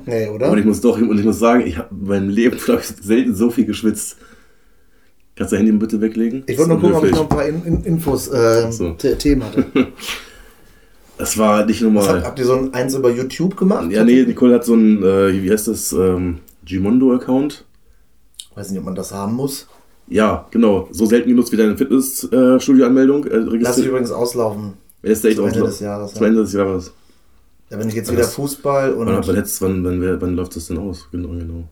Speaker 1: Nee, oder?
Speaker 2: Und ich muss doch, und ich muss sagen, ich habe in meinem Leben, glaube ich, selten so viel geschwitzt. Kannst du dein Handy bitte weglegen?
Speaker 1: Ich wollte nur
Speaker 2: Das ist
Speaker 1: gucken, ob ich
Speaker 2: unhöflich.
Speaker 1: noch ein paar In In Infos äh,
Speaker 2: so.
Speaker 1: zu Themen hatte.
Speaker 2: Es war nicht
Speaker 1: Was habt,
Speaker 2: normal.
Speaker 1: habt ihr so ein Eins über YouTube gemacht?
Speaker 2: Ja, nee, Nicole hat so ein, äh, wie heißt das, ähm, Gimondo-Account.
Speaker 1: Weiß nicht, ob man das haben muss.
Speaker 2: Ja, genau. So selten genutzt wie deine Fitnessstudio-Anmeldung. Äh,
Speaker 1: Lass dich
Speaker 2: registriert.
Speaker 1: übrigens auslaufen.
Speaker 2: Lässt du echt
Speaker 1: zum Ende
Speaker 2: aus-
Speaker 1: des Jahres,
Speaker 2: Zum
Speaker 1: ja.
Speaker 2: Ende des Jahres.
Speaker 1: Da bin ich jetzt wieder
Speaker 2: Das-
Speaker 1: Fußball und
Speaker 2: Wann, wann, jetzt, wann, wann, wann, wann läuft das denn aus? Genau, genau.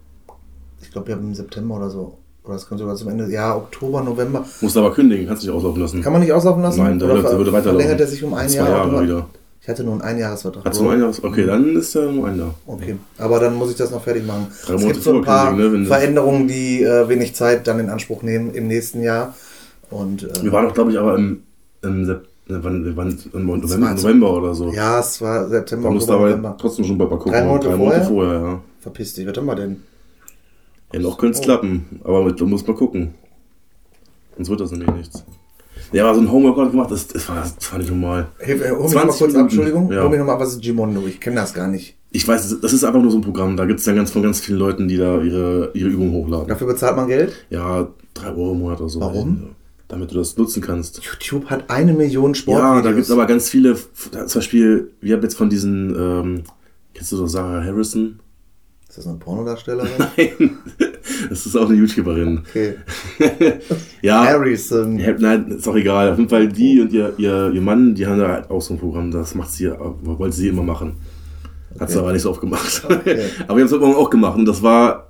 Speaker 1: ich glaube, wir haben im September oder so. Oder es könnte sogar zum Ende. Ja, Oktober, November.
Speaker 2: Musst aber kündigen, kannst dich auslaufen lassen.
Speaker 1: Kann man nicht auslaufen lassen?
Speaker 2: Nein, der
Speaker 1: Oder
Speaker 2: würde-
Speaker 1: ver-
Speaker 2: würde weiterlaufen.
Speaker 1: Verlängert er sich um ein
Speaker 2: Zwei
Speaker 1: Jahr?
Speaker 2: Jahre
Speaker 1: Oder-
Speaker 2: wieder.
Speaker 1: Ich hatte nur einen Einjahresvertrag.
Speaker 2: Hast du nur einen? Jahres- Okay, dann ist ja nur einer.
Speaker 1: Okay, aber dann muss ich das noch fertig machen.
Speaker 2: Drei
Speaker 1: es
Speaker 2: Monate
Speaker 1: gibt so ein paar
Speaker 2: Vorkündigung, ne, wenn du-
Speaker 1: Veränderungen, die äh, wenig Zeit dann in Anspruch nehmen im nächsten Jahr. Und
Speaker 2: Wir
Speaker 1: äh,
Speaker 2: waren doch, glaube ich, aber im, im Sep- ne, wann, wir waren im November,
Speaker 1: war's.
Speaker 2: November oder so.
Speaker 1: ja, es war September,
Speaker 2: da musst du
Speaker 1: Oktober,
Speaker 2: aber
Speaker 1: November.
Speaker 2: trotzdem schon bei gucken.
Speaker 1: Drei Monate
Speaker 2: vorher, ja.
Speaker 1: Verpiss dich, was haben wir denn?
Speaker 2: Ja, noch könnte
Speaker 1: Oh.
Speaker 2: es klappen, aber mit- du musst mal gucken. Sonst wird das nämlich nichts. Ja, aber so ein Homeworkout gemacht, das, das, war, das war nicht normal.
Speaker 1: Hilf, äh, hol mich
Speaker 2: 20
Speaker 1: noch mal kurz ab,
Speaker 2: Minuten,
Speaker 1: Entschuldigung.
Speaker 2: ja.
Speaker 1: Hol mich noch mal, was ist Gimondo? Ich kenne das gar nicht.
Speaker 2: Ich weiß, das- das ist einfach nur so ein Programm. Da gibt es dann ganz von ganz vielen Leuten, die da ihre, ihre Übungen hochladen.
Speaker 1: Dafür bezahlt man Geld?
Speaker 2: Ja, drei Euro im Monat oder so.
Speaker 1: Warum?
Speaker 2: Ja, Damit du das nutzen kannst.
Speaker 1: YouTube hat eine Million Sportvideos.
Speaker 2: Ja, da gibt es aber ganz viele, da, zum Beispiel, wir haben jetzt von diesen, ähm, kennst du doch Sarah Harrison?
Speaker 1: Ist das eine Pornodarstellerin?
Speaker 2: Nein, das ist auch eine YouTuberin.
Speaker 1: Okay.
Speaker 2: Ja,
Speaker 1: Harrison.
Speaker 2: Ah. Ja, Nein, ist auch egal. Auf jeden Fall die und ihr, ihr, ihr Mann, die haben da halt auch so ein Programm, das macht sie, wollte sie immer machen. Hat sie
Speaker 1: Okay.
Speaker 2: aber nicht so oft gemacht. aber wir haben es heute Morgen auch gemacht und das war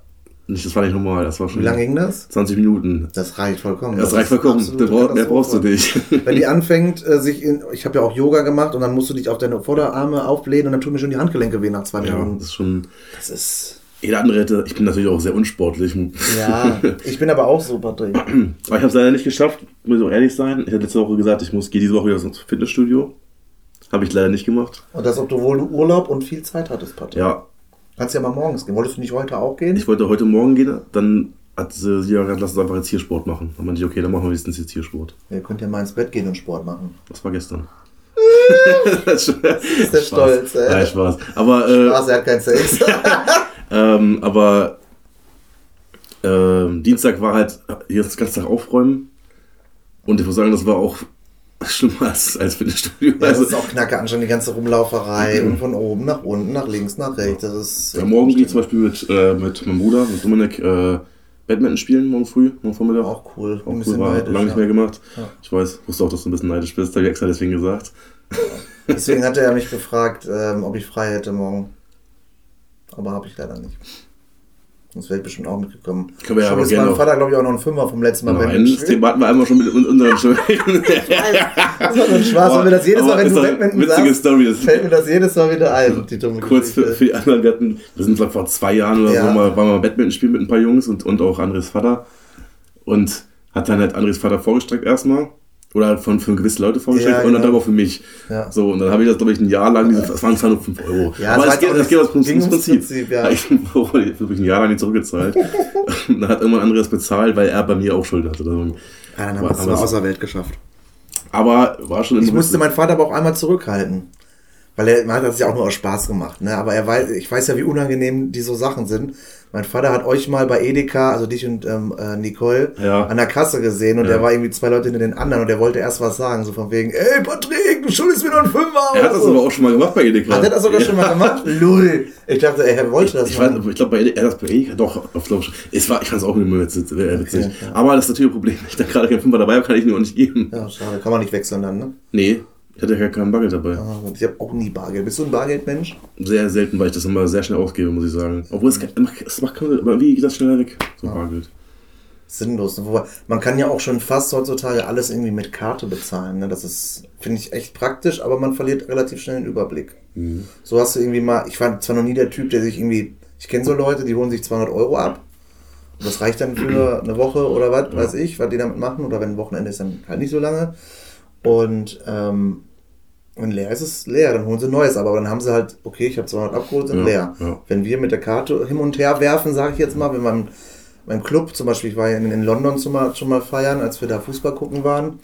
Speaker 2: nicht, das war nicht normal, das war schon
Speaker 1: Wie lange ging das?
Speaker 2: 20 Minuten.
Speaker 1: Das reicht vollkommen.
Speaker 2: Das,
Speaker 1: ist
Speaker 2: reicht vollkommen,
Speaker 1: absolute
Speaker 2: der brauch, mehr brauchst du
Speaker 1: Katastrophe.
Speaker 2: nicht.
Speaker 1: Wenn die anfängt, äh, sich in, ich habe ja auch Yoga gemacht und dann musst du dich auf deine Vorderarme aufblähen und dann tun mir schon die Handgelenke weh nach zwei
Speaker 2: ja,
Speaker 1: Minuten.
Speaker 2: das ist schon.
Speaker 1: Das ist.
Speaker 2: Jeder andere hätte, ich bin natürlich auch sehr unsportlich.
Speaker 1: Ja, ich bin aber auch so, Patrick.
Speaker 2: Aber ich habe es leider nicht geschafft, muss ich auch ehrlich sein. Ich hatte letzte Woche gesagt, ich muss gehe diese Woche wieder ins Fitnessstudio. Habe ich leider nicht gemacht.
Speaker 1: Und das, obwohl du Urlaub und viel Zeit hattest, Patrick.
Speaker 2: Ja,
Speaker 1: Kannst ja mal morgens gehen. Wolltest du nicht heute auch gehen?
Speaker 2: Ich wollte heute Morgen gehen, dann hat sie sie ja gesagt, lass uns einfach jetzt hier Sport machen. Dann meinte ich, okay, dann machen wir wenigstens jetzt hier Sport.
Speaker 1: Ihr könnt ja mal ins Bett gehen und Sport machen.
Speaker 2: Das war gestern. das ist
Speaker 1: Ist der stolz, ey.
Speaker 2: Nein, Spaß. Aber, äh,
Speaker 1: Spaß, er hat kein Sex.
Speaker 2: ähm, aber ähm, Dienstag war halt hier das ganze Tag aufräumen. Und ich muss sagen, das war auch schlimmer als, als Fitnessstudio.
Speaker 1: Ja, das
Speaker 2: also,
Speaker 1: ist auch knacke an, schon die ganze Rumlauferei und von oben nach unten, nach links, nach rechts. Das ist.
Speaker 2: ja, morgen gehe ich zum Beispiel mit, äh, mit meinem Bruder, mit Dominik, äh, Badminton spielen, morgen früh, morgen Vormittag.
Speaker 1: auch cool.
Speaker 2: Auch cool, war
Speaker 1: neidisch,
Speaker 2: lange
Speaker 1: ja.
Speaker 2: nicht mehr gemacht.
Speaker 1: Ja.
Speaker 2: Ich weiß, wusste auch, dass du ein bisschen neidisch bist, habe ich extra deswegen gesagt.
Speaker 1: Deswegen hatte er mich gefragt, ähm, ob ich frei hätte morgen. Aber habe ich leider nicht. Sonst wäre ich bestimmt auch mitgekommen.
Speaker 2: Können wir ja
Speaker 1: Schon
Speaker 2: aber
Speaker 1: ist
Speaker 2: gerne
Speaker 1: mein
Speaker 2: auch-
Speaker 1: Vater, glaube ich, auch noch ein Fünfer vom letzten Mal.
Speaker 2: Nein, das Thema hatten wir einmal schon mit un- unseren Schwellen.
Speaker 1: Das war so ein Spaß, wenn wir das jedes Mal, wenn du Badminton
Speaker 2: Witzige
Speaker 1: sagst,
Speaker 2: Story. Das
Speaker 1: fällt mir das jedes Mal wieder ein, die dumme
Speaker 2: kurz für,
Speaker 1: Geschichte.
Speaker 2: für die anderen, wir, hatten, wir sind glaub, vor zwei Jahren oder
Speaker 1: Ja.
Speaker 2: so mal, waren wir Badminton spielen mit ein paar Jungs und, und auch Andres Vater. Und hat dann halt Andres Vater vorgestreckt erstmal. Oder halt von, für gewisse Leute vorgestreckt
Speaker 1: Ja,
Speaker 2: und dann
Speaker 1: genau.
Speaker 2: aber für mich.
Speaker 1: Ja.
Speaker 2: So, und dann habe ich das, glaube ich, ein Jahr lang, diese, das waren 205 Euro.
Speaker 1: Ja,
Speaker 2: aber
Speaker 1: das
Speaker 2: es
Speaker 1: war
Speaker 2: geht,
Speaker 1: jetzt
Speaker 2: das
Speaker 1: auch
Speaker 2: geht aus
Speaker 1: das
Speaker 2: Prinzip.
Speaker 1: Ding ums Prinzip, ja.
Speaker 2: Ich habe ich ein Jahr lang nicht zurückgezahlt. und dann hat irgendwann Andres bezahlt, weil er bei mir auch Schulden hatte. Also,
Speaker 1: Ja, dann haben
Speaker 2: War-
Speaker 1: wir es
Speaker 2: haben
Speaker 1: mal
Speaker 2: wir's-
Speaker 1: aus der Welt geschafft.
Speaker 2: Aber war schon im
Speaker 1: Ich musste meinen Vater aber auch einmal zurückhalten. Weil er man hat das ja auch nur aus Spaß gemacht, ne? Aber er weiß, ich weiß ja, wie unangenehm die so Sachen sind. Mein Vater hat euch mal bei Edeka, also dich und ähm, äh, Nicole,
Speaker 2: Ja.
Speaker 1: an der Kasse gesehen und
Speaker 2: Ja.
Speaker 1: der war irgendwie zwei Leute hinter den anderen und der wollte erst was sagen, so von wegen, ey Patrick, du schuldest mir noch einen Fünfer.
Speaker 2: Er
Speaker 1: oder
Speaker 2: hat das
Speaker 1: so.
Speaker 2: aber auch schon mal gemacht bei Edeka.
Speaker 1: Hat er das sogar schon mal gemacht? Lull. Ich dachte, ey, er wollte das
Speaker 2: Ich,
Speaker 1: mal.
Speaker 2: weiß, ich glaube, bei Edeka, er hat das bei Edeka doch, auf glaub, ich- es war, ich fand es auch immer witzig. äh, witzig.
Speaker 1: Okay, ja.
Speaker 2: Aber das ist natürlich ein Problem. Wenn ich da gerade keinen Fünfer dabei habe, kann ich ihn auch nicht geben.
Speaker 1: ja, schade, kann man nicht wechseln dann, ne?
Speaker 2: Nee, ich hatte ja gar keinen Bargeld dabei.
Speaker 1: Ah, gut, Ich habe auch nie Bargeld. Bist du ein Bargeldmensch?
Speaker 2: Sehr selten, weil ich das immer sehr schnell ausgebe, muss ich sagen. Obwohl es, kein- macht- es macht keinen aber wie geht das schneller weg? So Bargeld.
Speaker 1: sinnlos. ne? Wobei, man kann ja auch schon fast heutzutage alles irgendwie mit Karte bezahlen. Ne? Das ist, finde ich, echt praktisch, aber man verliert relativ schnell den Überblick.
Speaker 2: Mhm.
Speaker 1: So hast du irgendwie mal, ich war zwar noch nie der Typ, der sich irgendwie, ich kenne so Leute, die holen sich 200 Euro ab. Und das reicht dann für eine Woche oder was, weiß ich, was die damit machen. Oder wenn ein Wochenende ist, dann halt nicht so lange. Und ähm, wenn leer ist, ist es leer, dann holen sie ein neues. Aber dann haben sie halt, okay, ich habe 200 abgeholt, sind
Speaker 2: Ja,
Speaker 1: leer.
Speaker 2: ja.
Speaker 1: Wenn wir mit der Karte hin und her werfen, sage ich jetzt mal, wenn man beim Club zum Beispiel, ich war ja in, in London schon mal, schon mal feiern, als wir da Fußball gucken waren.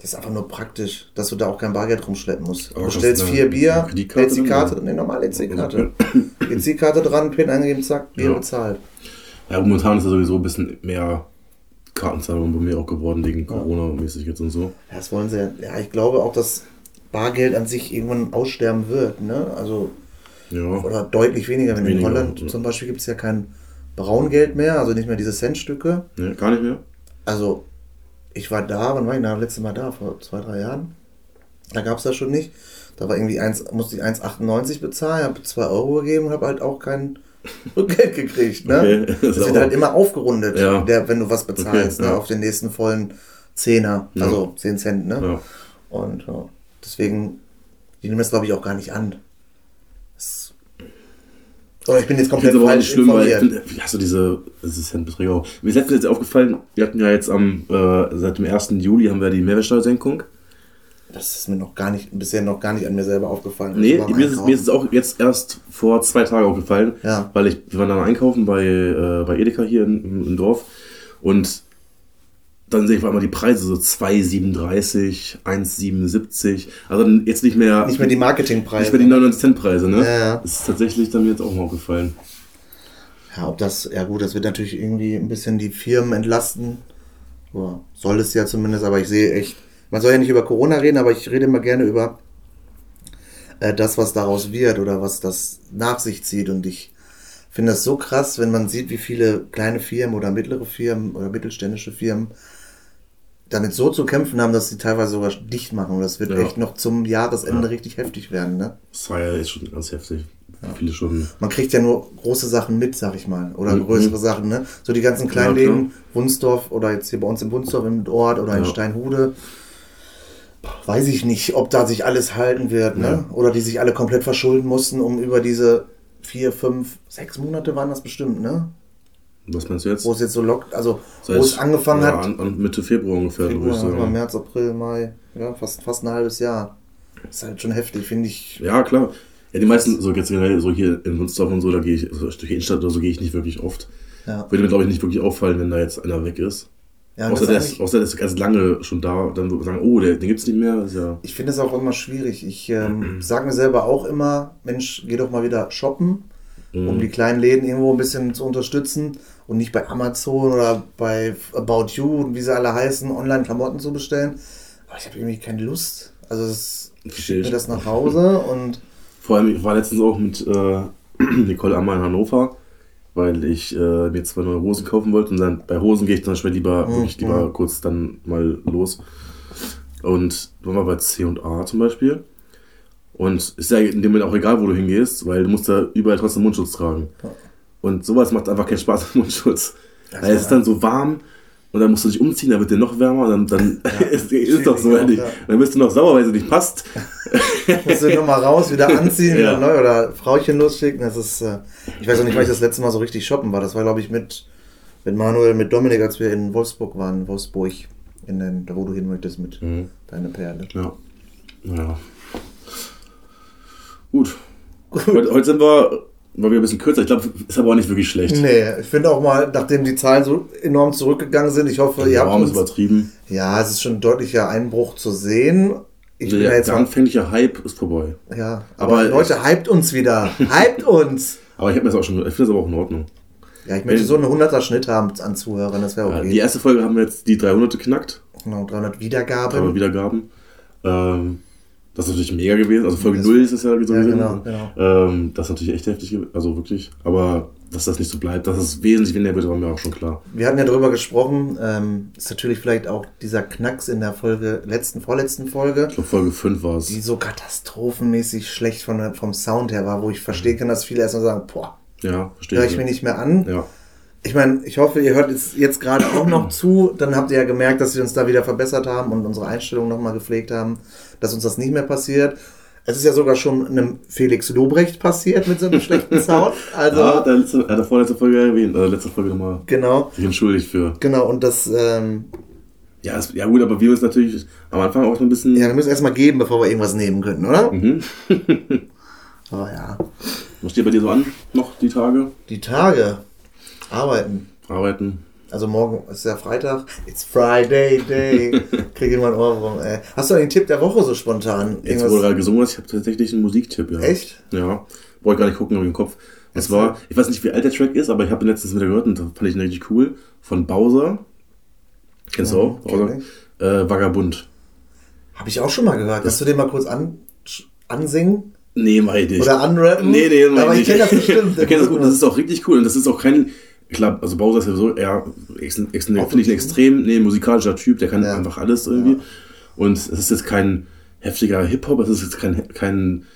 Speaker 1: Das ist einfach nur praktisch, dass du da auch kein Bargeld rumschleppen musst. Du
Speaker 2: Aber
Speaker 1: bestellst
Speaker 2: hast du
Speaker 1: vier
Speaker 2: Oh, eine
Speaker 1: Bier,
Speaker 2: Kreditkarte
Speaker 1: hältst die
Speaker 2: drin,
Speaker 1: Karte,
Speaker 2: oder?
Speaker 1: ne, normale EC-Karte. EC-Karte dran, PIN eingegeben, zack, Bier
Speaker 2: Ja.
Speaker 1: bezahlt.
Speaker 2: Ja, momentan ist ja sowieso ein bisschen mehr Kartenzahlung bei mir auch geworden, wegen Corona-mäßig jetzt und so.
Speaker 1: Ja, Das wollen sie ja. Ja, ich glaube auch, dass Bargeld an sich irgendwann aussterben wird, ne? Also,
Speaker 2: Ja.
Speaker 1: oder deutlich weniger. Wenn in
Speaker 2: Weniger,
Speaker 1: Holland
Speaker 2: ja.
Speaker 1: zum Beispiel gibt es ja kein Braungeld mehr, also nicht mehr diese Centstücke.
Speaker 2: Ne, gar nicht mehr?
Speaker 1: Also, ich war da, wann war ich denn da? Letztes Mal da, vor zwei, drei Jahren. Da gab es das schon nicht. Da war irgendwie eins, musste ich 1,98 bezahlen, habe 2 Euro gegeben, habe halt auch kein Rückgeld gekriegt. Ne?
Speaker 2: Okay,
Speaker 1: Das
Speaker 2: ist
Speaker 1: wird
Speaker 2: auch-
Speaker 1: halt immer aufgerundet,
Speaker 2: Ja.
Speaker 1: der, wenn du was bezahlst,
Speaker 2: Okay,
Speaker 1: ne?
Speaker 2: ja.
Speaker 1: auf den nächsten vollen Zehner,
Speaker 2: Ja.
Speaker 1: also 10 Cent. Ne?
Speaker 2: Ja.
Speaker 1: Und ja, deswegen, die nehmen das glaube ich auch gar nicht an. Das, oder ich bin jetzt
Speaker 2: Ich finde
Speaker 1: komplett
Speaker 2: es aber auch nicht
Speaker 1: falsch
Speaker 2: schlimm, weil ich
Speaker 1: informiert.
Speaker 2: finde, wie hast du diese diese Centbeträge auch? Mir ist letztens jetzt aufgefallen, wir hatten ja jetzt am, äh, seit dem 1. Juli haben wir die Mehrwertsteuersenkung.
Speaker 1: das ist mir noch gar nicht, bisher noch gar nicht an mir selber aufgefallen.
Speaker 2: Nee,
Speaker 1: Ich war beim
Speaker 2: mir ist, es-
Speaker 1: Einkaufen.
Speaker 2: mir ist es auch jetzt erst vor zwei Tagen aufgefallen,
Speaker 1: Ja.
Speaker 2: weil ich, wir waren dann einkaufen bei, äh, bei Edeka hier in, im, im Dorf und dann sehe ich auf einmal die Preise so 2,37, 1,77, also dann jetzt nicht mehr,
Speaker 1: Nicht mehr die Marketingpreise.
Speaker 2: nicht mehr die 99 Cent Preise, ne?
Speaker 1: Ja, ja.
Speaker 2: Das ist tatsächlich dann mir jetzt auch mal aufgefallen.
Speaker 1: ja, ob das, ja gut, das wird natürlich irgendwie ein bisschen die Firmen entlasten. Oder soll es ja zumindest, aber ich sehe echt, man soll ja nicht über Corona reden, aber ich rede immer gerne über äh, das, was daraus wird oder was das nach sich zieht. Und ich finde das so krass, wenn man sieht, wie viele kleine Firmen oder mittlere Firmen oder mittelständische Firmen damit so zu kämpfen haben, dass sie teilweise sogar dicht machen. Und das wird
Speaker 2: Ja.
Speaker 1: echt noch zum Jahresende
Speaker 2: Ja.
Speaker 1: richtig heftig werden, ne?
Speaker 2: Das war ja jetzt schon ganz heftig. Viele schon.
Speaker 1: Man kriegt ja nur große Sachen mit, sag ich mal. Oder
Speaker 2: Mhm.
Speaker 1: größere Sachen, ne? So die ganzen kleinen
Speaker 2: Ja, klar.
Speaker 1: Läden, Wunsdorf oder jetzt hier bei uns im Wunsdorf im Ort oder in
Speaker 2: Ja.
Speaker 1: Steinhude. Weiß ich nicht, ob da sich alles halten wird, ne? Oder die sich alle komplett verschulden mussten, um über diese vier, fünf, sechs Monate waren das bestimmt, ne?
Speaker 2: Was meinst du jetzt?
Speaker 1: Wo es jetzt so lockt, also wo es angefangen
Speaker 2: ja,
Speaker 1: hat.
Speaker 2: An, an Mitte Februar ungefähr, würde ich
Speaker 1: Februar,
Speaker 2: sagen.
Speaker 1: März, April, Mai, ja, fast, fast ein halbes Jahr. Ist halt schon heftig, finde ich.
Speaker 2: Ja, klar. Ja, die meisten, so jetzt generell, so hier in Wunstorf und so, da gehe ich, also durch die Innenstadt oder so gehe ich nicht wirklich oft.
Speaker 1: Ja,
Speaker 2: Würde mir, glaube ich, nicht wirklich auffallen, wenn da jetzt einer weg ist.
Speaker 1: ja und
Speaker 2: außer,
Speaker 1: das
Speaker 2: der
Speaker 1: eigentlich-
Speaker 2: ist, außer der ist ganz lange schon da, dann würde man sagen, oh, der, den gibt's nicht mehr. Ist ja,
Speaker 1: Ich finde es auch immer schwierig. Ich ähm, sage mir selber auch immer, Mensch, geh doch mal wieder shoppen,
Speaker 2: Mhm.
Speaker 1: um die kleinen Läden irgendwo ein bisschen zu unterstützen und nicht bei Amazon oder bei About You und wie sie alle heißen, online Klamotten zu bestellen. Aber ich habe irgendwie keine Lust. Also es
Speaker 2: verstehe
Speaker 1: schickt mir
Speaker 2: ich.
Speaker 1: das nach Hause und
Speaker 2: Vor allem, ich war letztens auch mit äh, Nicole Ammer in Hannover, weil ich äh, mir zwei neue Hosen kaufen wollte. Und dann bei Hosen gehe ich dann schnell lieber, wirklich lieber kurz dann mal los. Und waren wir bei C&A zum Beispiel. Und ist ja in dem Moment auch egal, wo du hingehst, weil du musst da überall trotzdem Mundschutz tragen. Und sowas macht einfach keinen Spaß mit Mundschutz. Weil es ist dann so warm und dann musst du dich umziehen, dann wird dir noch wärmer und dann, dann ist, ist doch so.
Speaker 1: Natürlich auch,
Speaker 2: ehrlich.
Speaker 1: ja.
Speaker 2: Dann bist du noch sauer, weil es nicht passt.
Speaker 1: musst du nochmal raus, wieder anziehen,
Speaker 2: Ja.
Speaker 1: wieder neu oder Frauchen losschicken. Das ist, äh, ich weiß auch nicht, weil ich das letzte Mal so richtig shoppen war. Das war, glaube ich, mit, mit Manuel, mit Dominik, als wir in Wolfsburg waren, Wolfsburg, in den, da wo du hin möchtest mit
Speaker 2: Mhm.
Speaker 1: deiner Perle.
Speaker 2: Ja. Naja. Gut. Heute, heute sind wir, weil wir ein bisschen kürzer. Ich glaube, ist aber auch nicht wirklich schlecht.
Speaker 1: Nee, ich finde auch mal, nachdem die Zahlen so enorm zurückgegangen sind, ich hoffe, ihr habt
Speaker 2: Warum ist
Speaker 1: uns,
Speaker 2: übertrieben?
Speaker 1: Ja, es ist schon ein deutlicher Einbruch zu sehen. Ich bin ja
Speaker 2: Der,
Speaker 1: jetzt
Speaker 2: der
Speaker 1: mal,
Speaker 2: anfängliche Hype ist vorbei.
Speaker 1: ja, aber,
Speaker 2: aber-
Speaker 1: Leute, hypt uns wieder. Hypt uns!
Speaker 2: Aber ich habe mir das auch schon. Ich finde das aber auch in Ordnung.
Speaker 1: Ja, ich möchte
Speaker 2: Wenn-
Speaker 1: so einen 100er Schnitt haben an Zuhörern, das wäre
Speaker 2: Ja,
Speaker 1: okay.
Speaker 2: die erste Folge haben wir jetzt die 300 geknackt.
Speaker 1: Genau, 300
Speaker 2: Aber
Speaker 1: Wiedergaben.
Speaker 2: Wiedergaben. Ähm, das ist natürlich mega gewesen. Also Folge 0 ist es ja sowieso.
Speaker 1: Ja,
Speaker 2: gewesen.
Speaker 1: genau, genau.
Speaker 2: Ähm, das ist natürlich echt heftig. gewesen. Also wirklich. Aber dass das nicht so bleibt, dass es wesentlich weniger wird, war mir auch schon klar.
Speaker 1: Wir hatten ja darüber gesprochen, ähm, ist natürlich vielleicht auch dieser Knacks in der Folge, letzten, vorletzten Folge,
Speaker 2: Ich glaube, Folge 5 war es.
Speaker 1: die so katastrophenmäßig schlecht von, der- vom Sound her war, wo ich verstehen kann, dass viele erstmal sagen, boah,
Speaker 2: Ja, verstehe
Speaker 1: höre ich mir nicht mehr an.
Speaker 2: Mhm. Ja.
Speaker 1: Ich meine, ich hoffe, ihr hört jetzt, jetzt gerade auch noch zu. Dann habt ihr ja gemerkt, dass wir uns da wieder verbessert haben und unsere Einstellung nochmal gepflegt haben, dass uns das nicht mehr passiert. Es ist ja sogar schon einem Felix Lobrecht passiert mit so einem schlechten Sound. Also,
Speaker 2: Ja, der, letzte, äh, der vorletzte Folge erwähnt, äh, letzte Folge nochmal
Speaker 1: genau,
Speaker 2: sich entschuldigt für.
Speaker 1: genau. Und das, ähm,
Speaker 2: Ja, es- ja gut, aber wir uns natürlich am Anfang auch so ein bisschen.
Speaker 1: ja, wir müssen erstmal geben, bevor wir irgendwas nehmen können, oder?
Speaker 2: Mhm.
Speaker 1: Aber ja,
Speaker 2: Was steht bei dir so an noch die Tage?
Speaker 1: die Tage arbeiten.
Speaker 2: Arbeiten.
Speaker 1: Also morgen ist ja Freitag. It's Friday Day. Krieg ich mal einen Ohrwurm, ey. Hast du den Tipp der Woche so spontan?
Speaker 2: Jetzt, wo du gerade gesungen hast, ich habe tatsächlich einen Musiktipp. Ja.
Speaker 1: Echt?
Speaker 2: Ja. Wollte gar nicht gucken, habe ich im Kopf. Und
Speaker 1: Jetzt
Speaker 2: zwar, ich weiß nicht, wie alt der Track ist, aber ich habe ihn letztens wieder gehört und fand ich ihn richtig cool. Von Bowser. Kennst du auch?
Speaker 1: kenn
Speaker 2: Bowser. Äh, Vagabund.
Speaker 1: Habe ich auch schon mal gehört. Kannst du den mal kurz an, ansingen?
Speaker 2: Nee, mach ich nicht.
Speaker 1: Oder anrappen?
Speaker 2: Nee, nee, mach
Speaker 1: Hm? Aber ich
Speaker 2: nicht.
Speaker 1: kenne das bestimmt.
Speaker 2: ich kenn das gut. Das ist auch richtig cool. Und das ist auch kein. Klar, also Bowser ist ja so eher, ex- ex- finde ich, ein extrem, nee, musikalischer Typ, der kann
Speaker 1: Ja.
Speaker 2: einfach alles irgendwie. Und es ist jetzt kein heftiger Hip-Hop, es ist jetzt kein, kein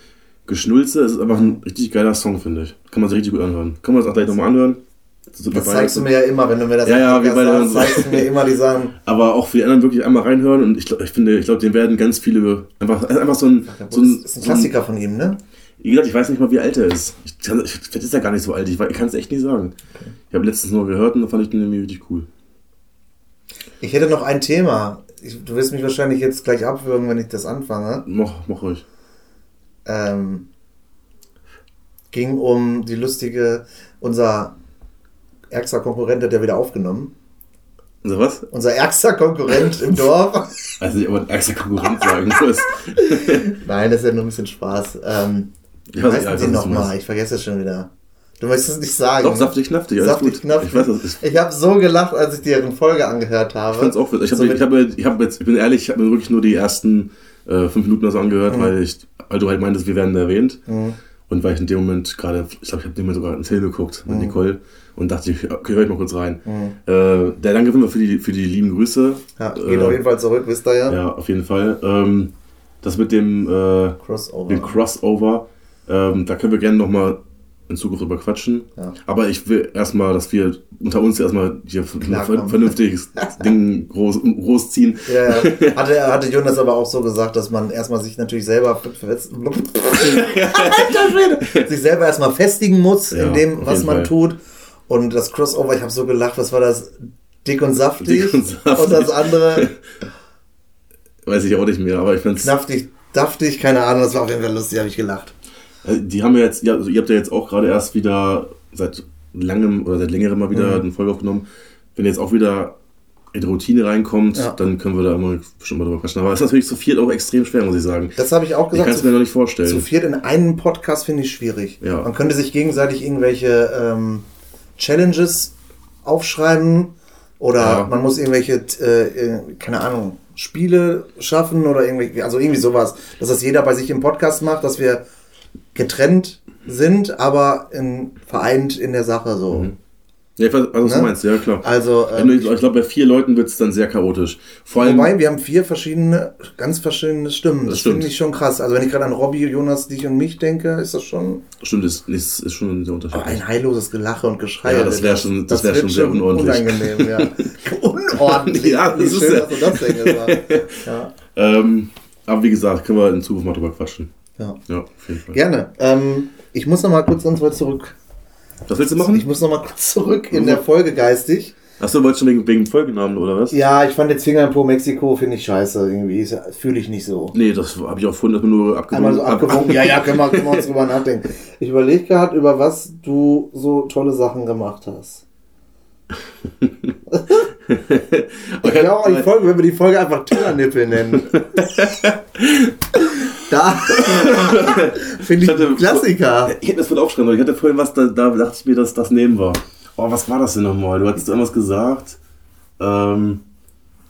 Speaker 2: Geschnulze, es ist einfach ein richtig geiler Song, finde ich. Kann man sich richtig gut anhören. Kann man das auch gleich nochmal anhören. Das sind wir
Speaker 1: Das
Speaker 2: beide-
Speaker 1: zeigst du mir ja immer, wenn du mir das
Speaker 2: Ja, ja, wir beide
Speaker 1: sagst,
Speaker 2: hören so.
Speaker 1: zeigst du mir immer die Sachen.
Speaker 2: Aber auch für die anderen wirklich einmal reinhören und ich, glaub- ich finde, ich glaube, den werden ganz viele einfach, also einfach so ein, so ein,
Speaker 1: Das ist ein
Speaker 2: so ein
Speaker 1: Klassiker von ihm, ne?
Speaker 2: wie gesagt, ich weiß nicht mal, wie alt er ist. Ich, kann, ich, vielleicht ist er gar nicht so alt, ich, wei- ich kann es echt nicht sagen. Ich habe letztens nur gehört und da fand ich den irgendwie richtig cool.
Speaker 1: Ich hätte noch ein Thema. Ich, du wirst mich wahrscheinlich jetzt gleich abwürgen, wenn ich das anfange.
Speaker 2: Mach, mach ruhig.
Speaker 1: ähm, ging um die lustige, unser ärgster Konkurrent hat ja wieder aufgenommen.
Speaker 2: Also was?
Speaker 1: Unser ärgster Konkurrent im Dorf.
Speaker 2: Also ich aber ärgster Konkurrent sagen muss.
Speaker 1: Nein, das ist ja nur ein bisschen Spaß. Ähm,
Speaker 2: Ich
Speaker 1: wie
Speaker 2: weiß nicht,
Speaker 1: heißen
Speaker 2: Alter,
Speaker 1: sie
Speaker 2: was du
Speaker 1: nochmal?
Speaker 2: meinst.
Speaker 1: Ich vergesse es schon wieder. Du möchtest es nicht sagen.
Speaker 2: Doch, saftig knaftig, alles
Speaker 1: Saftig
Speaker 2: gut.
Speaker 1: Knaftig.
Speaker 2: Ich weiß, das ist.
Speaker 1: Ich habe so gelacht, als ich deren Folge angehört habe.
Speaker 2: Ich fand's auch witzig. Ich, hab,
Speaker 1: So
Speaker 2: mir-
Speaker 1: mit-
Speaker 2: ich, hab, mir- ich, hab jetzt, ich bin ehrlich, ich habe mir wirklich nur die ersten äh, fünf Minuten das angehört, weil, ich, weil du halt meintest, wir werden erwähnt. Und weil ich in dem Moment gerade, ich glaube, ich habe dem Moment sogar einen Film geguckt mit Nicole und dachte, ich, okay, hör ich mal kurz rein. Äh, der danke auf jeden Fall für die, für die lieben Grüße.
Speaker 1: ja, geht auf jeden Fall zurück, wisst ihr ja.
Speaker 2: äh, Ja, auf jeden Fall. Ähm, das mit dem, äh, dem
Speaker 1: Crossover.
Speaker 2: Crossover, ähm, da können wir gerne nochmal in Zukunft drüber quatschen.
Speaker 1: Ja.
Speaker 2: Aber ich will erstmal, dass wir unter uns erstmal hier ein
Speaker 1: Klarkommen.
Speaker 2: ver- vernünftiges Ding groß, großziehen.
Speaker 1: Ja, ja. Hatte, hatte Jonas aber auch so gesagt, dass man erstmal sich natürlich selber ver- verletzt- Alter Schwede. sich selber erstmal festigen muss
Speaker 2: Ja,
Speaker 1: in dem,
Speaker 2: auf
Speaker 1: was
Speaker 2: jeden
Speaker 1: man
Speaker 2: Fall.
Speaker 1: tut. Und das Crossover, ich habe so gelacht, was war das? Dick und saftig.
Speaker 2: Dick und saftig.
Speaker 1: Und das andere,
Speaker 2: Weiß ich auch nicht mehr, aber ich find's.
Speaker 1: knaftig, daftig, keine Ahnung, das war auf jeden Fall lustig, habe ich gelacht.
Speaker 2: Also, Die haben ja jetzt, ja, also ihr habt ja jetzt auch gerade erst wieder seit langem oder seit längerem mal
Speaker 1: Mhm.
Speaker 2: wieder eine Folge aufgenommen. Wenn jetzt auch wieder in die Routine reinkommt,
Speaker 1: Ja.
Speaker 2: dann können wir da immer bestimmt mal drüber quatschen. Aber es ist natürlich zu viert auch extrem schwer, muss ich sagen.
Speaker 1: Das habe ich auch
Speaker 2: ich kann
Speaker 1: gesagt.
Speaker 2: es mir
Speaker 1: Zu,
Speaker 2: noch nicht vorstellen.
Speaker 1: zu viert in einem Podcast finde ich schwierig.
Speaker 2: Ja.
Speaker 1: Man könnte sich gegenseitig irgendwelche ähm, Challenges aufschreiben oder
Speaker 2: Ja.
Speaker 1: man muss irgendwelche, äh, äh, keine Ahnung, Spiele schaffen oder irgendwie, also irgendwie sowas, dass das jeder bei sich im Podcast macht, dass wir getrennt sind, aber in, vereint in der Sache so.
Speaker 2: Ja, ich weiß, also, was
Speaker 1: Ne?
Speaker 2: du meinst, ja klar.
Speaker 1: Also,
Speaker 2: Mhm. Wenn du-
Speaker 1: ähm,
Speaker 2: ich glaube, bei vier Leuten wird es dann sehr chaotisch. Vor allem,
Speaker 1: wobei wir haben vier verschiedene, ganz verschiedene Stimmen. Das,
Speaker 2: stimmt.
Speaker 1: finde ich schon krass. Also wenn ich gerade an Robby, Jonas, dich und mich denke, ist das schon
Speaker 2: stimmt, ist, ist, ist schon sehr
Speaker 1: Aber
Speaker 2: unterschiedlich.
Speaker 1: ein heilloses Gelache und Geschrei.
Speaker 2: Ja, das wär schon- das wär
Speaker 1: wird
Speaker 2: schon sehr unordentlich.
Speaker 1: Unangenehm, ja. unordentlich.
Speaker 2: Ja, das
Speaker 1: Wie
Speaker 2: ist
Speaker 1: schön,
Speaker 2: ja-
Speaker 1: dass du das denn gesagt hast. ja.
Speaker 2: Ähm, aber wie gesagt, können wir in Zukunft mal drüber quatschen.
Speaker 1: ja.
Speaker 2: Ja, auf jeden Fall.
Speaker 1: Gerne. Ähm, ich muss noch mal kurz ganz weit zurück.
Speaker 2: Was willst du
Speaker 1: Ich
Speaker 2: machen? Also
Speaker 1: muss noch mal kurz zurück in der Folge geistig.
Speaker 2: Achso, du wolltest schon wegen, wegen Folgenamen oder was?
Speaker 1: Ja, ich fand jetzt Finger in Po Mexiko, finde ich scheiße. Irgendwie Ist- fühle ich nicht so.
Speaker 2: Nee, das habe ich auch vorhin erstmal nur abgewogen.
Speaker 1: Einmal so
Speaker 2: ab-
Speaker 1: abgewunken. Ja, ja, können wir, können wir uns drüber nachdenken. Ich überlege gerade, über was du so tolle Sachen gemacht hast. Ich
Speaker 2: Okay,
Speaker 1: glaube auch genau, die Folge, wenn wir die Folge einfach Tüllernippel nennen. da finde ich
Speaker 2: Ich hatte-
Speaker 1: einen Klassiker.
Speaker 2: ich hätte das vorhin aufschreiben sollen. Ich hatte vorhin was, da, da dachte ich mir, dass das nehmen war. Oh, was war das denn nochmal? Du hattest irgendwas gesagt. Ähm,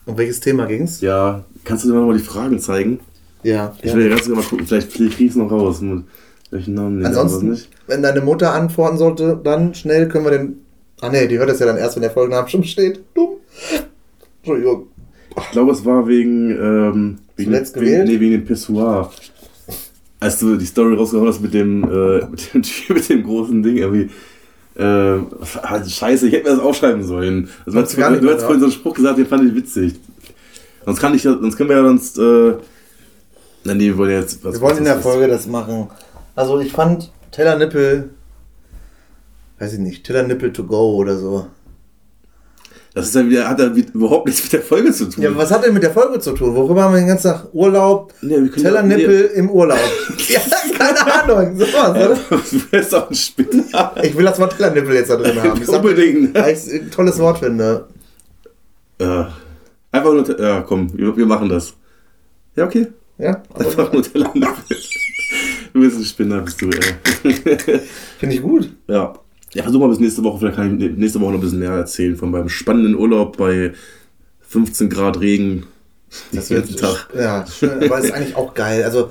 Speaker 1: Um welches Thema ging's?
Speaker 2: ja, kannst du mir nochmal die Fragen zeigen?
Speaker 1: Ja.
Speaker 2: Ich will ja ganz gerne mal gucken, vielleicht kriege ich es noch raus. Mit welchen Namen? nehmen wir
Speaker 1: Ansonsten,
Speaker 2: nicht?
Speaker 1: wenn deine Mutter antworten sollte, dann schnell können wir den. Ah nee, die hört das ja dann erst, wenn der Folgename schon steht. Dumm. Entschuldigung.
Speaker 2: Ich glaube, es war wegen. Ähm, wegen
Speaker 1: Zuletzt
Speaker 2: wegen,
Speaker 1: gewählt?
Speaker 2: Nee, wegen dem Pissoir. Als du die Story rausgehauen hast mit dem, äh, mit dem Typ, mit dem großen Ding, irgendwie. Äh, ah, scheiße, ich hätte mir das aufschreiben sollen. Also, du
Speaker 1: Kommst
Speaker 2: hast,
Speaker 1: du gar nicht
Speaker 2: vorhin- du
Speaker 1: mehr
Speaker 2: hast
Speaker 1: drauf.
Speaker 2: vorhin so einen Spruch gesagt, den fand ich witzig. Sonst kann ich ja, sonst können wir ja sonst. Äh, nein, nee, wir wollen ja jetzt. Was,
Speaker 1: Wir wollen
Speaker 2: was
Speaker 1: in der
Speaker 2: ist-
Speaker 1: Folge das machen. Also ich fand Tellernippel. Weiß ich nicht, Tellernippel to go oder so.
Speaker 2: Das ist ja wieder, hat ja wie- überhaupt nichts mit der Folge zu tun.
Speaker 1: Ja, was hat denn mit der Folge zu tun? Worüber haben wir den ganzen Tag Urlaub?
Speaker 2: Nee, wir können
Speaker 1: Tellernippel im Urlaub. ja, keine Ahnung. Sowas, oder?
Speaker 2: Du bist auch ein Spinner.
Speaker 1: Ich will das Wort Tellernippel jetzt da drin haben. Ich sag,
Speaker 2: Unbedingt.
Speaker 1: weil ich es ein tolles Wort finde.
Speaker 2: Äh, einfach nur, Nutella- ja komm, wir, wir machen das. Ja, okay.
Speaker 1: Ja, aber
Speaker 2: Einfach nur Teller in der Welt. Du bist ein Spinner, bist du, ey.
Speaker 1: finde ich gut.
Speaker 2: Ja. Ja, versuch mal bis nächste Woche. Vielleicht kann ich nächste Woche noch ein bisschen mehr erzählen von meinem spannenden Urlaub bei 15 Grad Regen.
Speaker 1: Das wird Ja, schön, aber ist eigentlich auch geil. Also,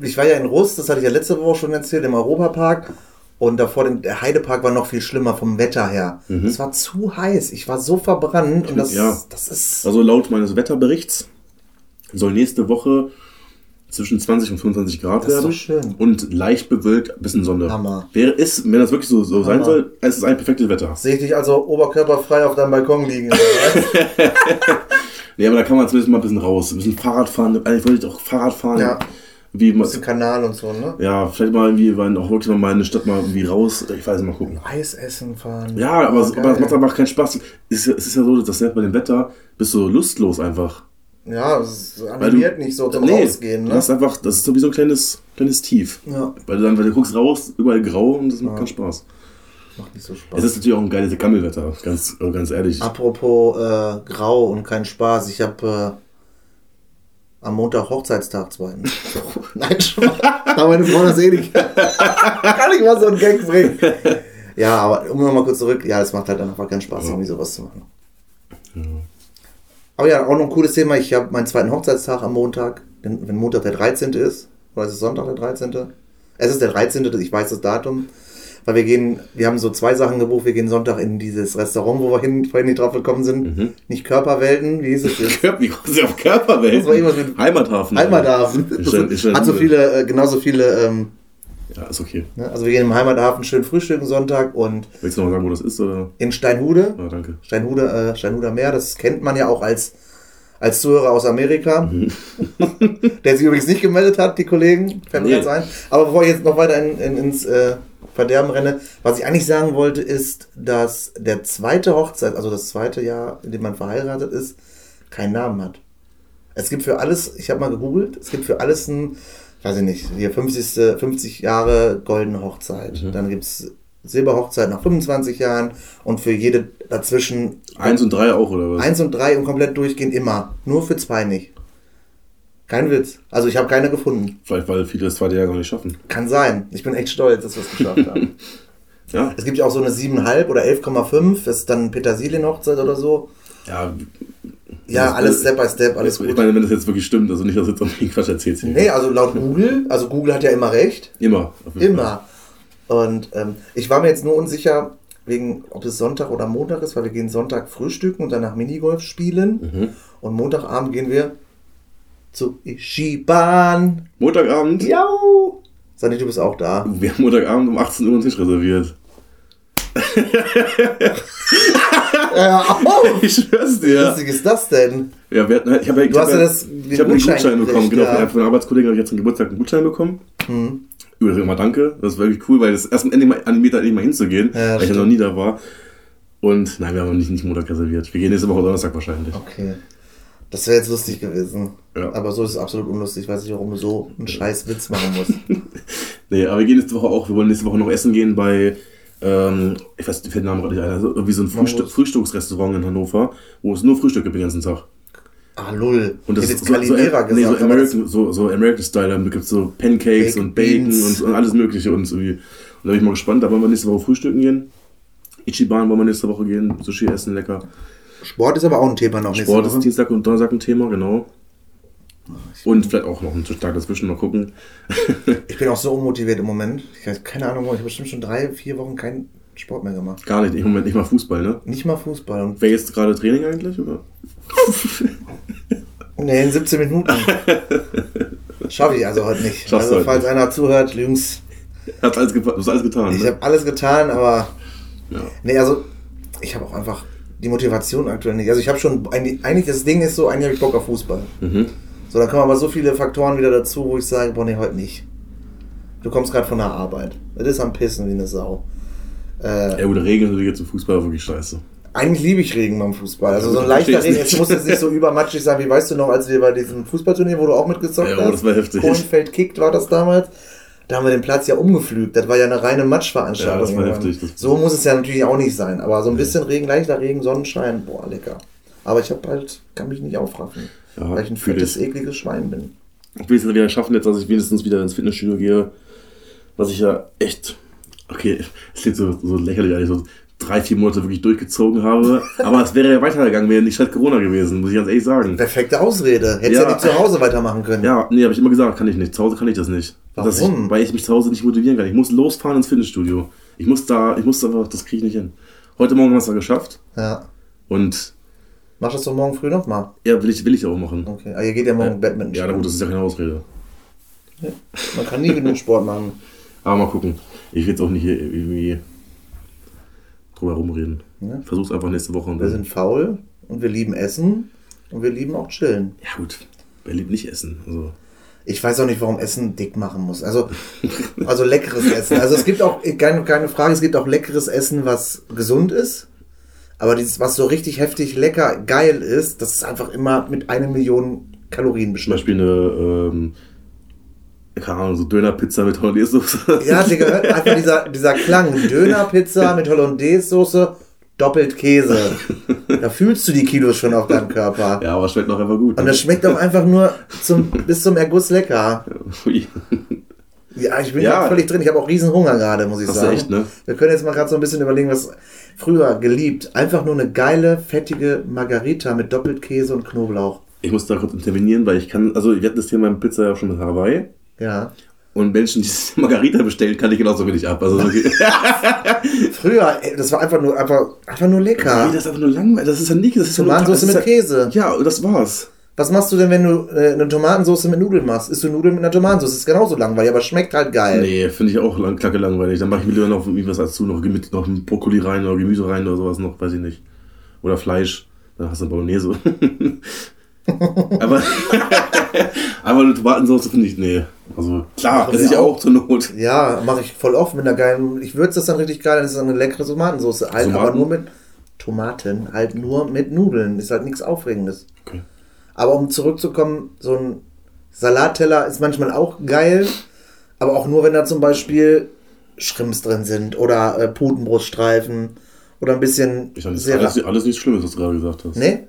Speaker 1: ich war ja in Rust, das hatte ich ja letzte Woche schon erzählt, im Europapark. Und davor den, der Heidepark war noch viel schlimmer vom Wetter her. Es war zu heiß. Ich war so verbrannt und das,
Speaker 2: Ja.
Speaker 1: das ist.
Speaker 2: Also laut meines Wetterberichts soll nächste Woche zwischen 20 und 25 Grad
Speaker 1: Das ist
Speaker 2: werden.
Speaker 1: doch schön.
Speaker 2: Und leicht bewölkt, bisschen Sonne.
Speaker 1: Hammer.
Speaker 2: Wäre es, wenn das wirklich so, so sein
Speaker 1: Hammer.
Speaker 2: soll, es ist ein perfektes Wetter.
Speaker 1: Sehe ich dich also oberkörperfrei auf deinem Balkon liegen. oder was?
Speaker 2: Nee, aber da kann man zumindest mal ein bisschen raus. Ein bisschen Fahrrad fahren. Eigentlich wollte ich auch Fahrrad fahren.
Speaker 1: Ja.
Speaker 2: Wie man,
Speaker 1: Bisschen Kanal und so, ne?
Speaker 2: ja, vielleicht mal irgendwie, wenn auch wirklich mal in eine Stadt mal irgendwie raus. Ich weiß nicht, mal gucken.
Speaker 1: Eis essen fahren.
Speaker 2: Ja, aber,
Speaker 1: Geil.
Speaker 2: aber es macht einfach keinen Spaß. Es ist, ja- es ist ja so, dass selbst bei dem Wetter bist du lustlos einfach.
Speaker 1: Ja, es
Speaker 2: Weil du-
Speaker 1: animiert nicht so zum Rausgehen,
Speaker 2: Du
Speaker 1: ne?
Speaker 2: hast einfach, das ist so wie so ein kleines, kleines Tief.
Speaker 1: Ja,
Speaker 2: Weil du dann, weil du guckst raus, überall grau und das macht keinen Spaß.
Speaker 1: macht nicht so Spaß.
Speaker 2: Es ist natürlich auch ein geiles Gammelwetter, ganz, äh, ganz ehrlich.
Speaker 1: Ah. Apropos äh, grau und kein Spaß, ich habe äh, am Montag Hochzeitstag zweiten. Nein, Spaß. Aber meine Frau das eh nicht. Kann ich mal so einen Gag bringen. Ja, aber um nochmal kurz zurück, ja, es macht halt einfach keinen Spaß, irgendwie sowas zu machen. Aber ja, auch noch ein cooles Thema. Ich habe meinen zweiten Hochzeitstag am Montag, denn wenn Montag der 13. ist, oder ist es Sonntag der 13.? Es ist der 13., ich weiß das Datum. Weil wir gehen, wir haben so zwei Sachen gebucht. Wir gehen Sonntag in dieses Restaurant, wo wir hin, vorhin nicht drauf gekommen sind.
Speaker 2: Mhm.
Speaker 1: Nicht Körperwelten, wie hieß es jetzt?
Speaker 2: Körper, wie kommst du auf Körperwelt?
Speaker 1: Das war irgendwas mit-
Speaker 2: Heimathafen.
Speaker 1: Heimathafen.
Speaker 2: Ist schon- ist schon-
Speaker 1: Hat so viele, äh, genauso viele, ähm,
Speaker 2: Ja, ist okay.
Speaker 1: ne? also wir gehen im Heimathafen schön frühstücken Sonntag und
Speaker 2: Willst du noch mal sagen, wo das ist? Oder?
Speaker 1: in Steinhude.
Speaker 2: Ja, danke.
Speaker 1: Steinhude, äh, Steinhuder Meer, das kennt man ja auch als, als Zuhörer aus Amerika, der sich übrigens nicht gemeldet hat, die Kollegen, fällt mir
Speaker 2: Nee.
Speaker 1: ganz ein. Aber bevor ich jetzt noch weiter in, in, ins äh, Verderben renne, was ich eigentlich sagen wollte, ist, dass der zweite Hochzeit, also das zweite Jahr, in dem man verheiratet ist, keinen Namen hat. Es gibt für alles, ich habe mal gegoogelt, es gibt für alles ein, weiß ich nicht, hier 50. 50 Jahre goldene Hochzeit. Dann gibt es Silberhochzeit nach 25 Jahren und für jede dazwischen
Speaker 2: Eins und drei auch, oder was?
Speaker 1: eins und drei und komplett durchgehen immer. Nur für zwei nicht. Kein Witz. Also ich habe keine gefunden.
Speaker 2: Vielleicht, weil viele das zweite Jahr gar nicht schaffen.
Speaker 1: Kann sein. Ich bin echt stolz, dass wir es geschafft haben.
Speaker 2: Ja,
Speaker 1: Es gibt ja auch so eine 7,5 oder 11,5. Das ist dann Petersilienhochzeit oder so.
Speaker 2: ja
Speaker 1: Ja,
Speaker 2: Das-
Speaker 1: alles Step by Step, alles
Speaker 2: ich
Speaker 1: gut.
Speaker 2: meine, wenn das jetzt wirklich stimmt, also nicht, dass du jetzt irgendwie Quatsch erzählst. hier.
Speaker 1: Nee, also laut Google, also Google hat ja immer recht.
Speaker 2: Immer. auf jeden Fall.
Speaker 1: Immer. Und ähm, ich war mir jetzt nur unsicher, wegen, ob es Sonntag oder Montag ist, weil wir gehen Sonntag frühstücken und danach Minigolf spielen.
Speaker 2: Mhm.
Speaker 1: Und Montagabend gehen wir zu Ishiban.
Speaker 2: Montagabend.
Speaker 1: Ja. Sani, du bist auch da.
Speaker 2: Wir haben Montagabend um 18 Uhr einen Tisch reserviert.
Speaker 1: Oh,
Speaker 2: Ich schwör's
Speaker 1: Wie
Speaker 2: dir.
Speaker 1: lustig ist das denn?
Speaker 2: Ja, wir hatten, halt- ich habe ich
Speaker 1: hast
Speaker 2: hab
Speaker 1: ja
Speaker 2: ja-
Speaker 1: das- den
Speaker 2: ich hab einen
Speaker 1: Gutschein
Speaker 2: Gutschein,
Speaker 1: gekriegt,
Speaker 2: bekommen. Genau,
Speaker 1: ja. Mhm.
Speaker 2: ja. von einem Arbeitskollegen habe ich jetzt zum Geburtstag einen Gutschein bekommen. Übrigens immer danke. Das war wirklich cool, weil das erst endlich mal animiert hat, endlich mal hinzugehen,
Speaker 1: Ja,
Speaker 2: weil ich ja
Speaker 1: stimmt.
Speaker 2: noch nie da war. Und nein, wir haben nicht, nicht Montag reserviert. Wir gehen nächste Woche Donnerstag wahrscheinlich.
Speaker 1: Okay. Das wäre jetzt lustig gewesen.
Speaker 2: Ja.
Speaker 1: Aber so ist es absolut unlustig. Ich weiß nicht, warum du so einen scheiß Witz machen musst.
Speaker 2: Nee, aber wir gehen nächste Woche auch. Wir wollen nächste Woche noch essen gehen bei, ähm, ich weiß den Namen gerade nicht, ein, also irgendwie so ein Frühstück, Frühstücksrestaurant in Hannover, wo es nur Frühstück gibt den ganzen Tag.
Speaker 1: Ah, lull.
Speaker 2: Und das
Speaker 1: ich hätte
Speaker 2: ist
Speaker 1: jetzt
Speaker 2: so, so,
Speaker 1: Calimera
Speaker 2: nee, so,
Speaker 1: gesagt. aber das-
Speaker 2: American, so, so American Style, da gibt es so Pancakes
Speaker 1: Baked
Speaker 2: und Bacon
Speaker 1: Beans.
Speaker 2: und, und alles Mögliche und so. wie- Und da bin ich mal gespannt. Da wollen wir nächste Woche frühstücken gehen. Ichiban wollen wir nächste Woche gehen. Sushi essen, lecker.
Speaker 1: Sport ist aber auch ein Thema noch. nächste
Speaker 2: Sport ist
Speaker 1: Woche. Ah,
Speaker 2: Dienstag und Donnerstag ein Thema, genau. Und vielleicht auch noch einen Tag dazwischen, mal gucken.
Speaker 1: Ich bin auch so unmotiviert im Moment. Ich habe keine Ahnung, warum. ich habe bestimmt schon drei, vier Wochen keinen Sport mehr gemacht.
Speaker 2: Gar nicht, im Moment nicht mal Fußball, ne?
Speaker 1: Nicht mal Fußball. Und
Speaker 2: Wäre jetzt gerade Training eigentlich, oder?
Speaker 1: nee, in 17 Minuten. Schaffe ich also heute nicht.
Speaker 2: Schaffst du
Speaker 1: also,
Speaker 2: heute
Speaker 1: falls
Speaker 2: nicht.
Speaker 1: einer zuhört, Jungs,
Speaker 2: Hast alles, gepa- hast alles getan,
Speaker 1: ich
Speaker 2: ne?
Speaker 1: habe alles getan, aber.
Speaker 2: Ja.
Speaker 1: Nee, also, ich habe auch einfach die Motivation aktuell nicht. Also, ich habe schon. ein- Eigentlich, das Ding ist so, eigentlich habe ich Bock auf Fußball.
Speaker 2: Mhm.
Speaker 1: So, dann kommen aber so viele Faktoren wieder dazu, wo ich sage, boah, nee, heute nicht. Du kommst gerade von der Arbeit. Das ist am Pissen wie eine Sau. Äh,
Speaker 2: Ja, gut, Regeln sind jetzt im Fußball wirklich scheiße.
Speaker 1: Eigentlich liebe ich Regen beim Fußball. Also so ein
Speaker 2: Ich
Speaker 1: leichter
Speaker 2: versteh's
Speaker 1: Regen.
Speaker 2: nicht.
Speaker 1: Es muss jetzt nicht so übermatschig sein, wie weißt du noch, als wir bei diesem Fußballturnier, wo du auch mitgezockt
Speaker 2: Ja,
Speaker 1: hast.
Speaker 2: oh, das war heftig.
Speaker 1: Kohlenfeld kickt war das damals. Da haben wir den Platz ja umgepflügt. Das war ja eine reine Matschveranstaltung.
Speaker 2: Ja, das war
Speaker 1: irgendwann.
Speaker 2: heftig. Das-
Speaker 1: so muss es ja natürlich auch nicht sein. Aber so ein bisschen Regen, leichter Regen, Sonnenschein, boah, lecker. Aber ich habe halt, kann mich nicht aufraffen,
Speaker 2: Ja,
Speaker 1: weil ich ein
Speaker 2: fühl
Speaker 1: fettes,
Speaker 2: ich.
Speaker 1: ekliges Schwein bin.
Speaker 2: Ich will es wieder schaffen, jetzt, dass ich wenigstens wieder ins Fitnessstudio gehe. Was ich ja echt, okay, es klingt so, so lächerlich eigentlich, so drei, vier Monate wirklich durchgezogen habe. Aber es wäre ja weitergegangen, wäre nicht statt Corona gewesen, muss ich ganz ehrlich sagen.
Speaker 1: Perfekte Ausrede. Hättest ja.
Speaker 2: Ja.
Speaker 1: nicht zu Hause weitermachen können.
Speaker 2: Ja, nee, habe ich immer gesagt, kann ich nicht. Zu Hause kann ich das nicht. Dass
Speaker 1: Warum?
Speaker 2: Ich, weil ich mich zu Hause nicht motivieren kann. Ich muss losfahren ins Fitnessstudio. Ich muss da, ich muss einfach, das kriege ich nicht hin. Heute Morgen haben wir es ja geschafft.
Speaker 1: Ja.
Speaker 2: Und
Speaker 1: Mach das doch morgen früh nochmal.
Speaker 2: ja, will ich, will ich auch machen.
Speaker 1: Okay. Ah, ihr geht ja morgen Badminton
Speaker 2: Ja, na gut, das ist ja keine Ausrede.
Speaker 1: spielen. Man kann nie genug Sport machen.
Speaker 2: Aber mal gucken. Ich will jetzt auch nicht hier irgendwie drüber rumreden.
Speaker 1: Ja.
Speaker 2: Versuch's einfach nächste Woche. Und
Speaker 1: Wir
Speaker 2: dann,
Speaker 1: sind faul und wir lieben Essen und wir lieben auch Chillen.
Speaker 2: ja gut, wer liebt nicht Essen? Also,
Speaker 1: Ich weiß auch nicht, warum Essen dick machen muss. Also, also leckeres Essen. Also es gibt auch, keine, keine Frage, es gibt auch leckeres Essen, was gesund ist. Aber dieses, was so richtig heftig lecker, geil ist, das ist einfach immer mit einer Million Kalorien
Speaker 2: zum
Speaker 1: bestimmt.
Speaker 2: Beispiel eine, ähm, keine Ahnung, so Dönerpizza mit Hollandaise-Soße.
Speaker 1: Ja, Digga, einfach dieser, dieser Klang. Dönerpizza mit Hollandaise-Soße, doppelt Käse. Da fühlst du die Kilos schon auf deinem Körper.
Speaker 2: ja, aber schmeckt noch einfach gut. ne?
Speaker 1: Und das schmeckt auch einfach nur zum, bis zum Erguss lecker.
Speaker 2: Ui.
Speaker 1: Ja, ich bin
Speaker 2: Ja.
Speaker 1: ja völlig drin. Ich habe auch riesen Hunger gerade, muss ich
Speaker 2: Hast du
Speaker 1: sagen.
Speaker 2: echt, ne?
Speaker 1: Wir können jetzt mal gerade so ein bisschen überlegen, was früher geliebt. Einfach nur eine geile, fettige Margarita mit Doppelkäse und Knoblauch.
Speaker 2: Ich muss da kurz intervenieren, weil ich kann, also wir hatten das Thema Pizza ja auch schon mit Hawaii.
Speaker 1: Ja.
Speaker 2: Und Menschen, die sich Margarita bestellen, kann ich genauso wenig ab. Also, okay.
Speaker 1: Früher, ey, das war einfach nur, einfach, einfach nur
Speaker 2: Nee,
Speaker 1: lecker.
Speaker 2: das ist einfach nur langweilig. Das ist ja nicht. Das ist ja nur
Speaker 1: Tomatensauce
Speaker 2: das ist
Speaker 1: mit Käse.
Speaker 2: Ja, ja, und das war's.
Speaker 1: Was machst du denn, wenn du äh, eine Tomatensauce mit Nudeln machst? Isst du Nudeln mit einer Tomatensauce? Das ist genauso langweilig, aber schmeckt halt geil.
Speaker 2: Nee, finde ich auch lang, klacke langweilig. Dann mache ich mir lieber noch irgendwie was dazu, noch, mit, noch ein Brokkoli rein oder Gemüse rein oder sowas noch, weiß ich nicht. Oder Fleisch. Dann hast du Bolognese. aber, aber eine Tomatensauce finde ich, nee. Also klar,
Speaker 1: Machen
Speaker 2: esse ich
Speaker 1: wir
Speaker 2: auch zur Not.
Speaker 1: Ja, mache ich voll oft mit einer geilen. Ich würze das dann richtig geil, dann ist es eine leckere Tomatensauce. Halt,
Speaker 2: Tomaten?
Speaker 1: aber nur mit Tomaten, halt nur mit Nudeln. Ist halt nichts Aufregendes.
Speaker 2: Okay.
Speaker 1: Aber um zurückzukommen, so ein Salatteller ist manchmal auch geil, aber auch nur, wenn da zum Beispiel Schrimps drin sind oder äh, Putenbruststreifen oder ein bisschen.
Speaker 2: Ich meine, das ist
Speaker 1: sehr-
Speaker 2: alles, alles nichts Schlimmes, was du gerade gesagt hast.
Speaker 1: nee?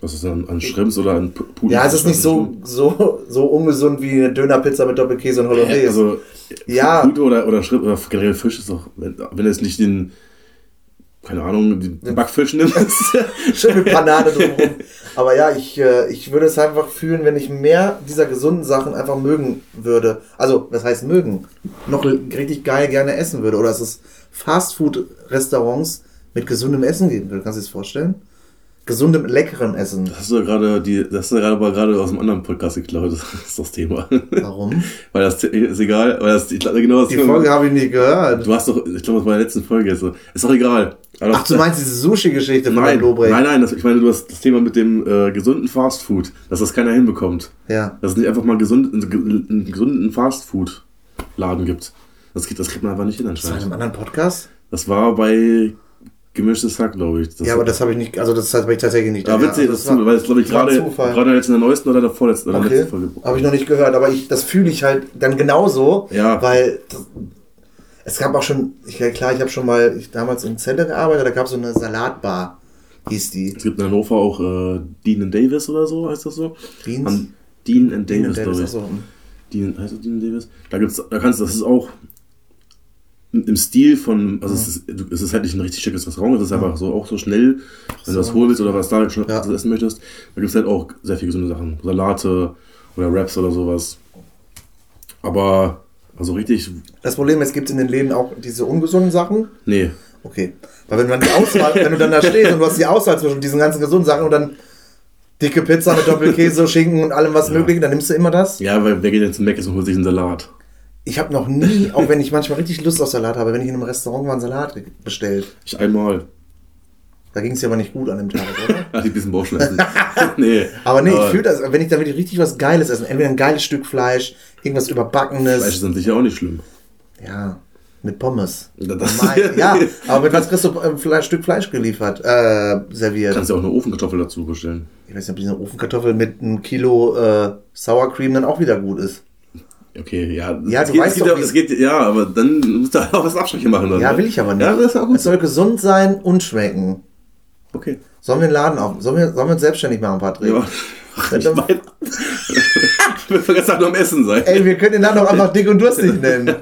Speaker 2: Was ist denn an Schrimps oder an Pu- Pudel?
Speaker 1: Ja, es ist nicht so,
Speaker 2: Schlimm?
Speaker 1: so, so ungesund wie eine Dönerpizza mit Doppelkäse und Hollandaise.
Speaker 2: Also,
Speaker 1: Ja.
Speaker 2: Pute oder, oder Schrimps oder generell Fisch ist doch, wenn, wenn du jetzt nicht den, keine Ahnung, den Backfisch nimmst.
Speaker 1: Schön mit Panade drumherum. Aber ja, ich, äh, ich würde es einfach fühlen, wenn ich mehr dieser gesunden Sachen einfach mögen würde. Also, was heißt mögen? Noch richtig geil gerne essen würde. Oder dass es Fastfood-Restaurants mit gesundem Essen geben würde. Kannst du dir das vorstellen? Gesundem, leckerem Essen.
Speaker 2: das hast du ja gerade, die, das hast du ja gerade aber gerade aus einem anderen Podcast geklaut, das ist das Thema.
Speaker 1: Warum?
Speaker 2: weil das ist egal, weil das ich glaube, genau das
Speaker 1: Die Folge habe ich nicht gehört.
Speaker 2: Du hast doch, ich glaube, das war in der letzten Folge jetzt so. Ist doch egal. Aber das-
Speaker 1: Ach, du meinst diese Sushi-Geschichte von
Speaker 2: Nein,
Speaker 1: Herrn Dobrecht?
Speaker 2: nein, nein, das, ich meine, du hast das Thema mit dem äh, gesunden Fastfood, dass das keiner hinbekommt.
Speaker 1: Ja.
Speaker 2: Dass es nicht einfach mal gesund, einen ge- einen gesunden Fastfood-Laden gibt. Das, kriegt- das kriegt man einfach nicht hin
Speaker 1: Das war in
Speaker 2: anscheinend.
Speaker 1: einem anderen Podcast?
Speaker 2: Das war bei Gemischtes Hack, glaube ich. Das
Speaker 1: Ja, aber das habe ich nicht, also das habe ich tatsächlich nicht.
Speaker 2: ja, witzig,
Speaker 1: also
Speaker 2: das
Speaker 1: war-
Speaker 2: ist, weil es, glaube ich,
Speaker 1: das war
Speaker 2: gerade
Speaker 1: Zufall.
Speaker 2: gerade jetzt in der neuesten oder der vorletzten oder
Speaker 1: Okay.
Speaker 2: letzten Folge.
Speaker 1: Habe ich noch nicht gehört, aber ich, das fühle ich halt dann genauso,
Speaker 2: Ja.
Speaker 1: weil das, es gab auch schon, ich, ja klar, ich habe schon mal ich, damals im Center gearbeitet, da gab es so eine Salatbar, hieß die.
Speaker 2: Es gibt in Hannover auch äh, Dean and Davis oder so, heißt das so?
Speaker 1: Deans?
Speaker 2: An- Dean and
Speaker 1: Dean
Speaker 2: Davis, glaube
Speaker 1: ach
Speaker 2: ich.
Speaker 1: so.
Speaker 2: Dean, heißt das Dean and Davis? Da gibt's, da kannst du, das ist auch im im Stil von, also es, ist, du- es ist halt nicht ein richtig schickes Restaurant, es ist einfach so auch so schnell, wenn du was holen willst oder was da schon
Speaker 1: Ja.
Speaker 2: was essen möchtest, da gibt es halt auch sehr viele gesunde Sachen. Salate oder Wraps oder sowas. Aber, also richtig,
Speaker 1: Das Problem ist, gibt es in den Läden auch diese ungesunden Sachen.
Speaker 2: nee,
Speaker 1: Okay. Weil wenn du dann die Auswahl, wenn du dann da stehst und du hast die Auswahl zwischen diesen ganzen gesunden Sachen und dann dicke Pizza mit Doppelkäse, Schinken und allem was mögliche, dann nimmst du immer das.
Speaker 2: Ja, weil wer geht denn zum Mc's und holt sich einen Salat?
Speaker 1: Ich habe noch nie, auch wenn ich manchmal richtig Lust auf Salat habe, wenn ich in einem Restaurant war, einen Salat bestellt.
Speaker 2: Ich einmal.
Speaker 1: Da ging es dir aber nicht gut an dem Tag, oder?
Speaker 2: Hatte ich ein bisschen Bauchschmerzen. nee.
Speaker 1: Aber nee, ich fühle das, wenn ich da wirklich richtig was Geiles esse, entweder ein geiles Stück Fleisch, irgendwas Überbackenes,
Speaker 2: Fleisch ist an sich ja auch nicht schlimm.
Speaker 1: ja, mit Pommes.
Speaker 2: Ja, das-
Speaker 1: Mein, ja, aber mit was kriegst du ein Fle- Stück Fleisch geliefert, äh, serviert?
Speaker 2: Du kannst ja auch eine Ofenkartoffel dazu bestellen.
Speaker 1: Ich weiß nicht, ob diese Ofenkartoffel mit einem Kilo äh, Sour Cream dann auch wieder gut ist.
Speaker 2: Okay, ja.
Speaker 1: Ja,
Speaker 2: es
Speaker 1: du
Speaker 2: geht,
Speaker 1: weißt
Speaker 2: es geht,
Speaker 1: doch,
Speaker 2: ja-
Speaker 1: wie-
Speaker 2: es geht, ja, aber dann musst du auch was Abstriche machen. Dann,
Speaker 1: Ja,
Speaker 2: ne?
Speaker 1: will ich aber nicht.
Speaker 2: Ja, das ist auch
Speaker 1: Es
Speaker 2: gut.
Speaker 1: soll gesund sein und schmecken.
Speaker 2: Okay.
Speaker 1: Sollen wir den Laden auf? Sollen wir, sollen wir uns selbstständig machen, Patrick?
Speaker 2: Ja. Ich meine, wir vergessen halt nur am Essen sein.
Speaker 1: Ey, wir können den Laden auch einfach dick und durstig nennen.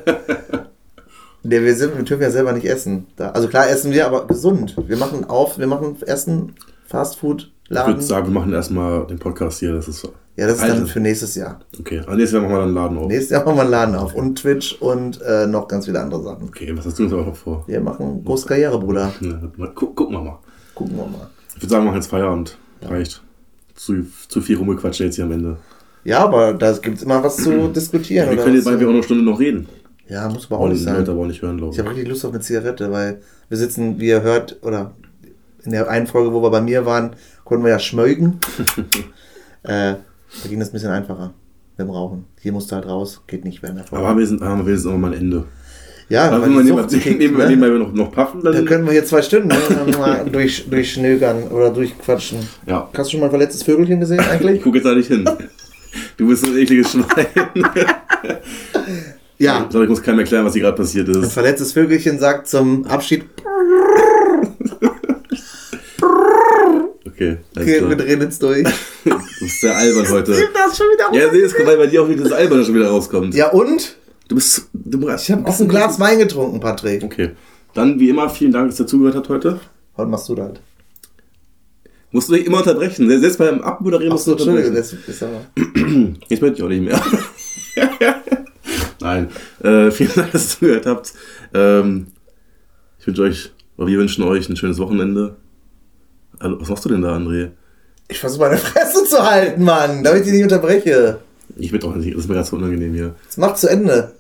Speaker 1: Ne, wir, sind, wir dürfen ja selber nicht essen. Da, also klar essen wir, aber gesund. Wir machen auf, wir machen Essen, Fastfood,
Speaker 2: Ich würde
Speaker 1: Laden.
Speaker 2: sagen, Also. wir machen erstmal den Podcast hier. Das ist
Speaker 1: Ja, das ist dann
Speaker 2: Alter.
Speaker 1: für nächstes Jahr.
Speaker 2: okay. Aber nächstes Jahr machen wir dann einen Laden auf.
Speaker 1: Nächstes Jahr machen wir einen Laden auf. Und Twitch und äh, noch ganz viele andere Sachen.
Speaker 2: Okay, was hast du uns aber noch vor?
Speaker 1: Wir machen große Karriere, Bruder.
Speaker 2: Ne, mal gu gucken wir mal.
Speaker 1: Gucken wir mal.
Speaker 2: Ich würde sagen, wir machen jetzt Feierabend. Reicht. Zu, zu viel rumgequatscht jetzt hier am Ende.
Speaker 1: Ja, aber da gibt es immer was zu diskutieren.
Speaker 2: Wir
Speaker 1: oder
Speaker 2: können jetzt
Speaker 1: was
Speaker 2: bei mir auch
Speaker 1: zu-
Speaker 2: noch eine Stunde noch reden.
Speaker 1: ja, muss man auch
Speaker 2: Und
Speaker 1: nicht
Speaker 2: die
Speaker 1: sein.
Speaker 2: Leute aber auch nicht hören, glaube
Speaker 1: Ich
Speaker 2: ich.
Speaker 1: habe richtig Lust auf eine Zigarette, weil wir sitzen, wie ihr hört, oder in der einen Folge, wo wir bei mir waren, konnten wir ja schmögen. äh, da ging das ein bisschen einfacher mit dem Rauchen. Hier musst du halt raus, geht nicht während der Folge.
Speaker 2: Aber wir sind, haben wenigstens noch mal ein Ende.
Speaker 1: ja,
Speaker 2: Also
Speaker 1: weil
Speaker 2: wenn wir
Speaker 1: die
Speaker 2: nebenbei
Speaker 1: Sucht kickt,
Speaker 2: nebenbei-
Speaker 1: ne?
Speaker 2: nebenbei wir noch, noch paffen,
Speaker 1: Da
Speaker 2: dann.
Speaker 1: können wir hier zwei Stunden ne, mal durch, durchschnögern oder durchquatschen.
Speaker 2: ja.
Speaker 1: Hast du schon mal ein verletztes Vögelchen gesehen
Speaker 2: Ich
Speaker 1: eigentlich?
Speaker 2: gucke jetzt da nicht hin. Du bist so ein ekliges Schwein.
Speaker 1: ja.
Speaker 2: Ich glaube, ich muss keinem erklären, was hier gerade passiert
Speaker 1: Ein
Speaker 2: ist.
Speaker 1: verletztes Vögelchen sagt zum Abschied,
Speaker 2: Okay, alles
Speaker 1: okay, wir
Speaker 2: klar.
Speaker 1: drehen jetzt durch.
Speaker 2: Du bist sehr albern heute.
Speaker 1: Nimm das schon wieder
Speaker 2: Ja,
Speaker 1: runter.
Speaker 2: nee, ist weil bei dir auch wieder das Alberne schon wieder rauskommt.
Speaker 1: Ja und?
Speaker 2: Du bist. Du ich
Speaker 1: Auch ein Glas Wein getrunken, Patrick.
Speaker 2: Okay. Dann, wie immer, vielen Dank, dass ihr zugehört habt heute.
Speaker 1: Heute machst du das.
Speaker 2: Musst du dich immer unterbrechen. Selbst beim Abmoderieren musst du
Speaker 1: Achso, Entschuldigung,
Speaker 2: unterbrechen.
Speaker 1: das ist aber.
Speaker 2: Jetzt möchte ich auch nicht mehr. Nein. Äh, vielen Dank, dass ihr zugehört habt. Ähm, ich wünsche euch, oder wir wünschen euch ein schönes Wochenende. Hallo, Was machst du denn da, André?
Speaker 1: Ich versuche meine Fresse zu halten, Mann, damit ich dich nicht unterbreche.
Speaker 2: Ich bin auch nicht. Das ist mir ganz so unangenehm hier.
Speaker 1: Jetzt mach zu Ende.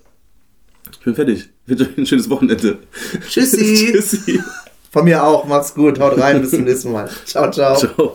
Speaker 2: Ich bin fertig. Ich wünsche euch ein schönes Wochenende.
Speaker 1: Tschüssi.
Speaker 2: Tschüssi.
Speaker 1: Von mir auch. Macht's gut. Haut rein. Bis zum nächsten Mal. Ciao, ciao.
Speaker 2: Ciao.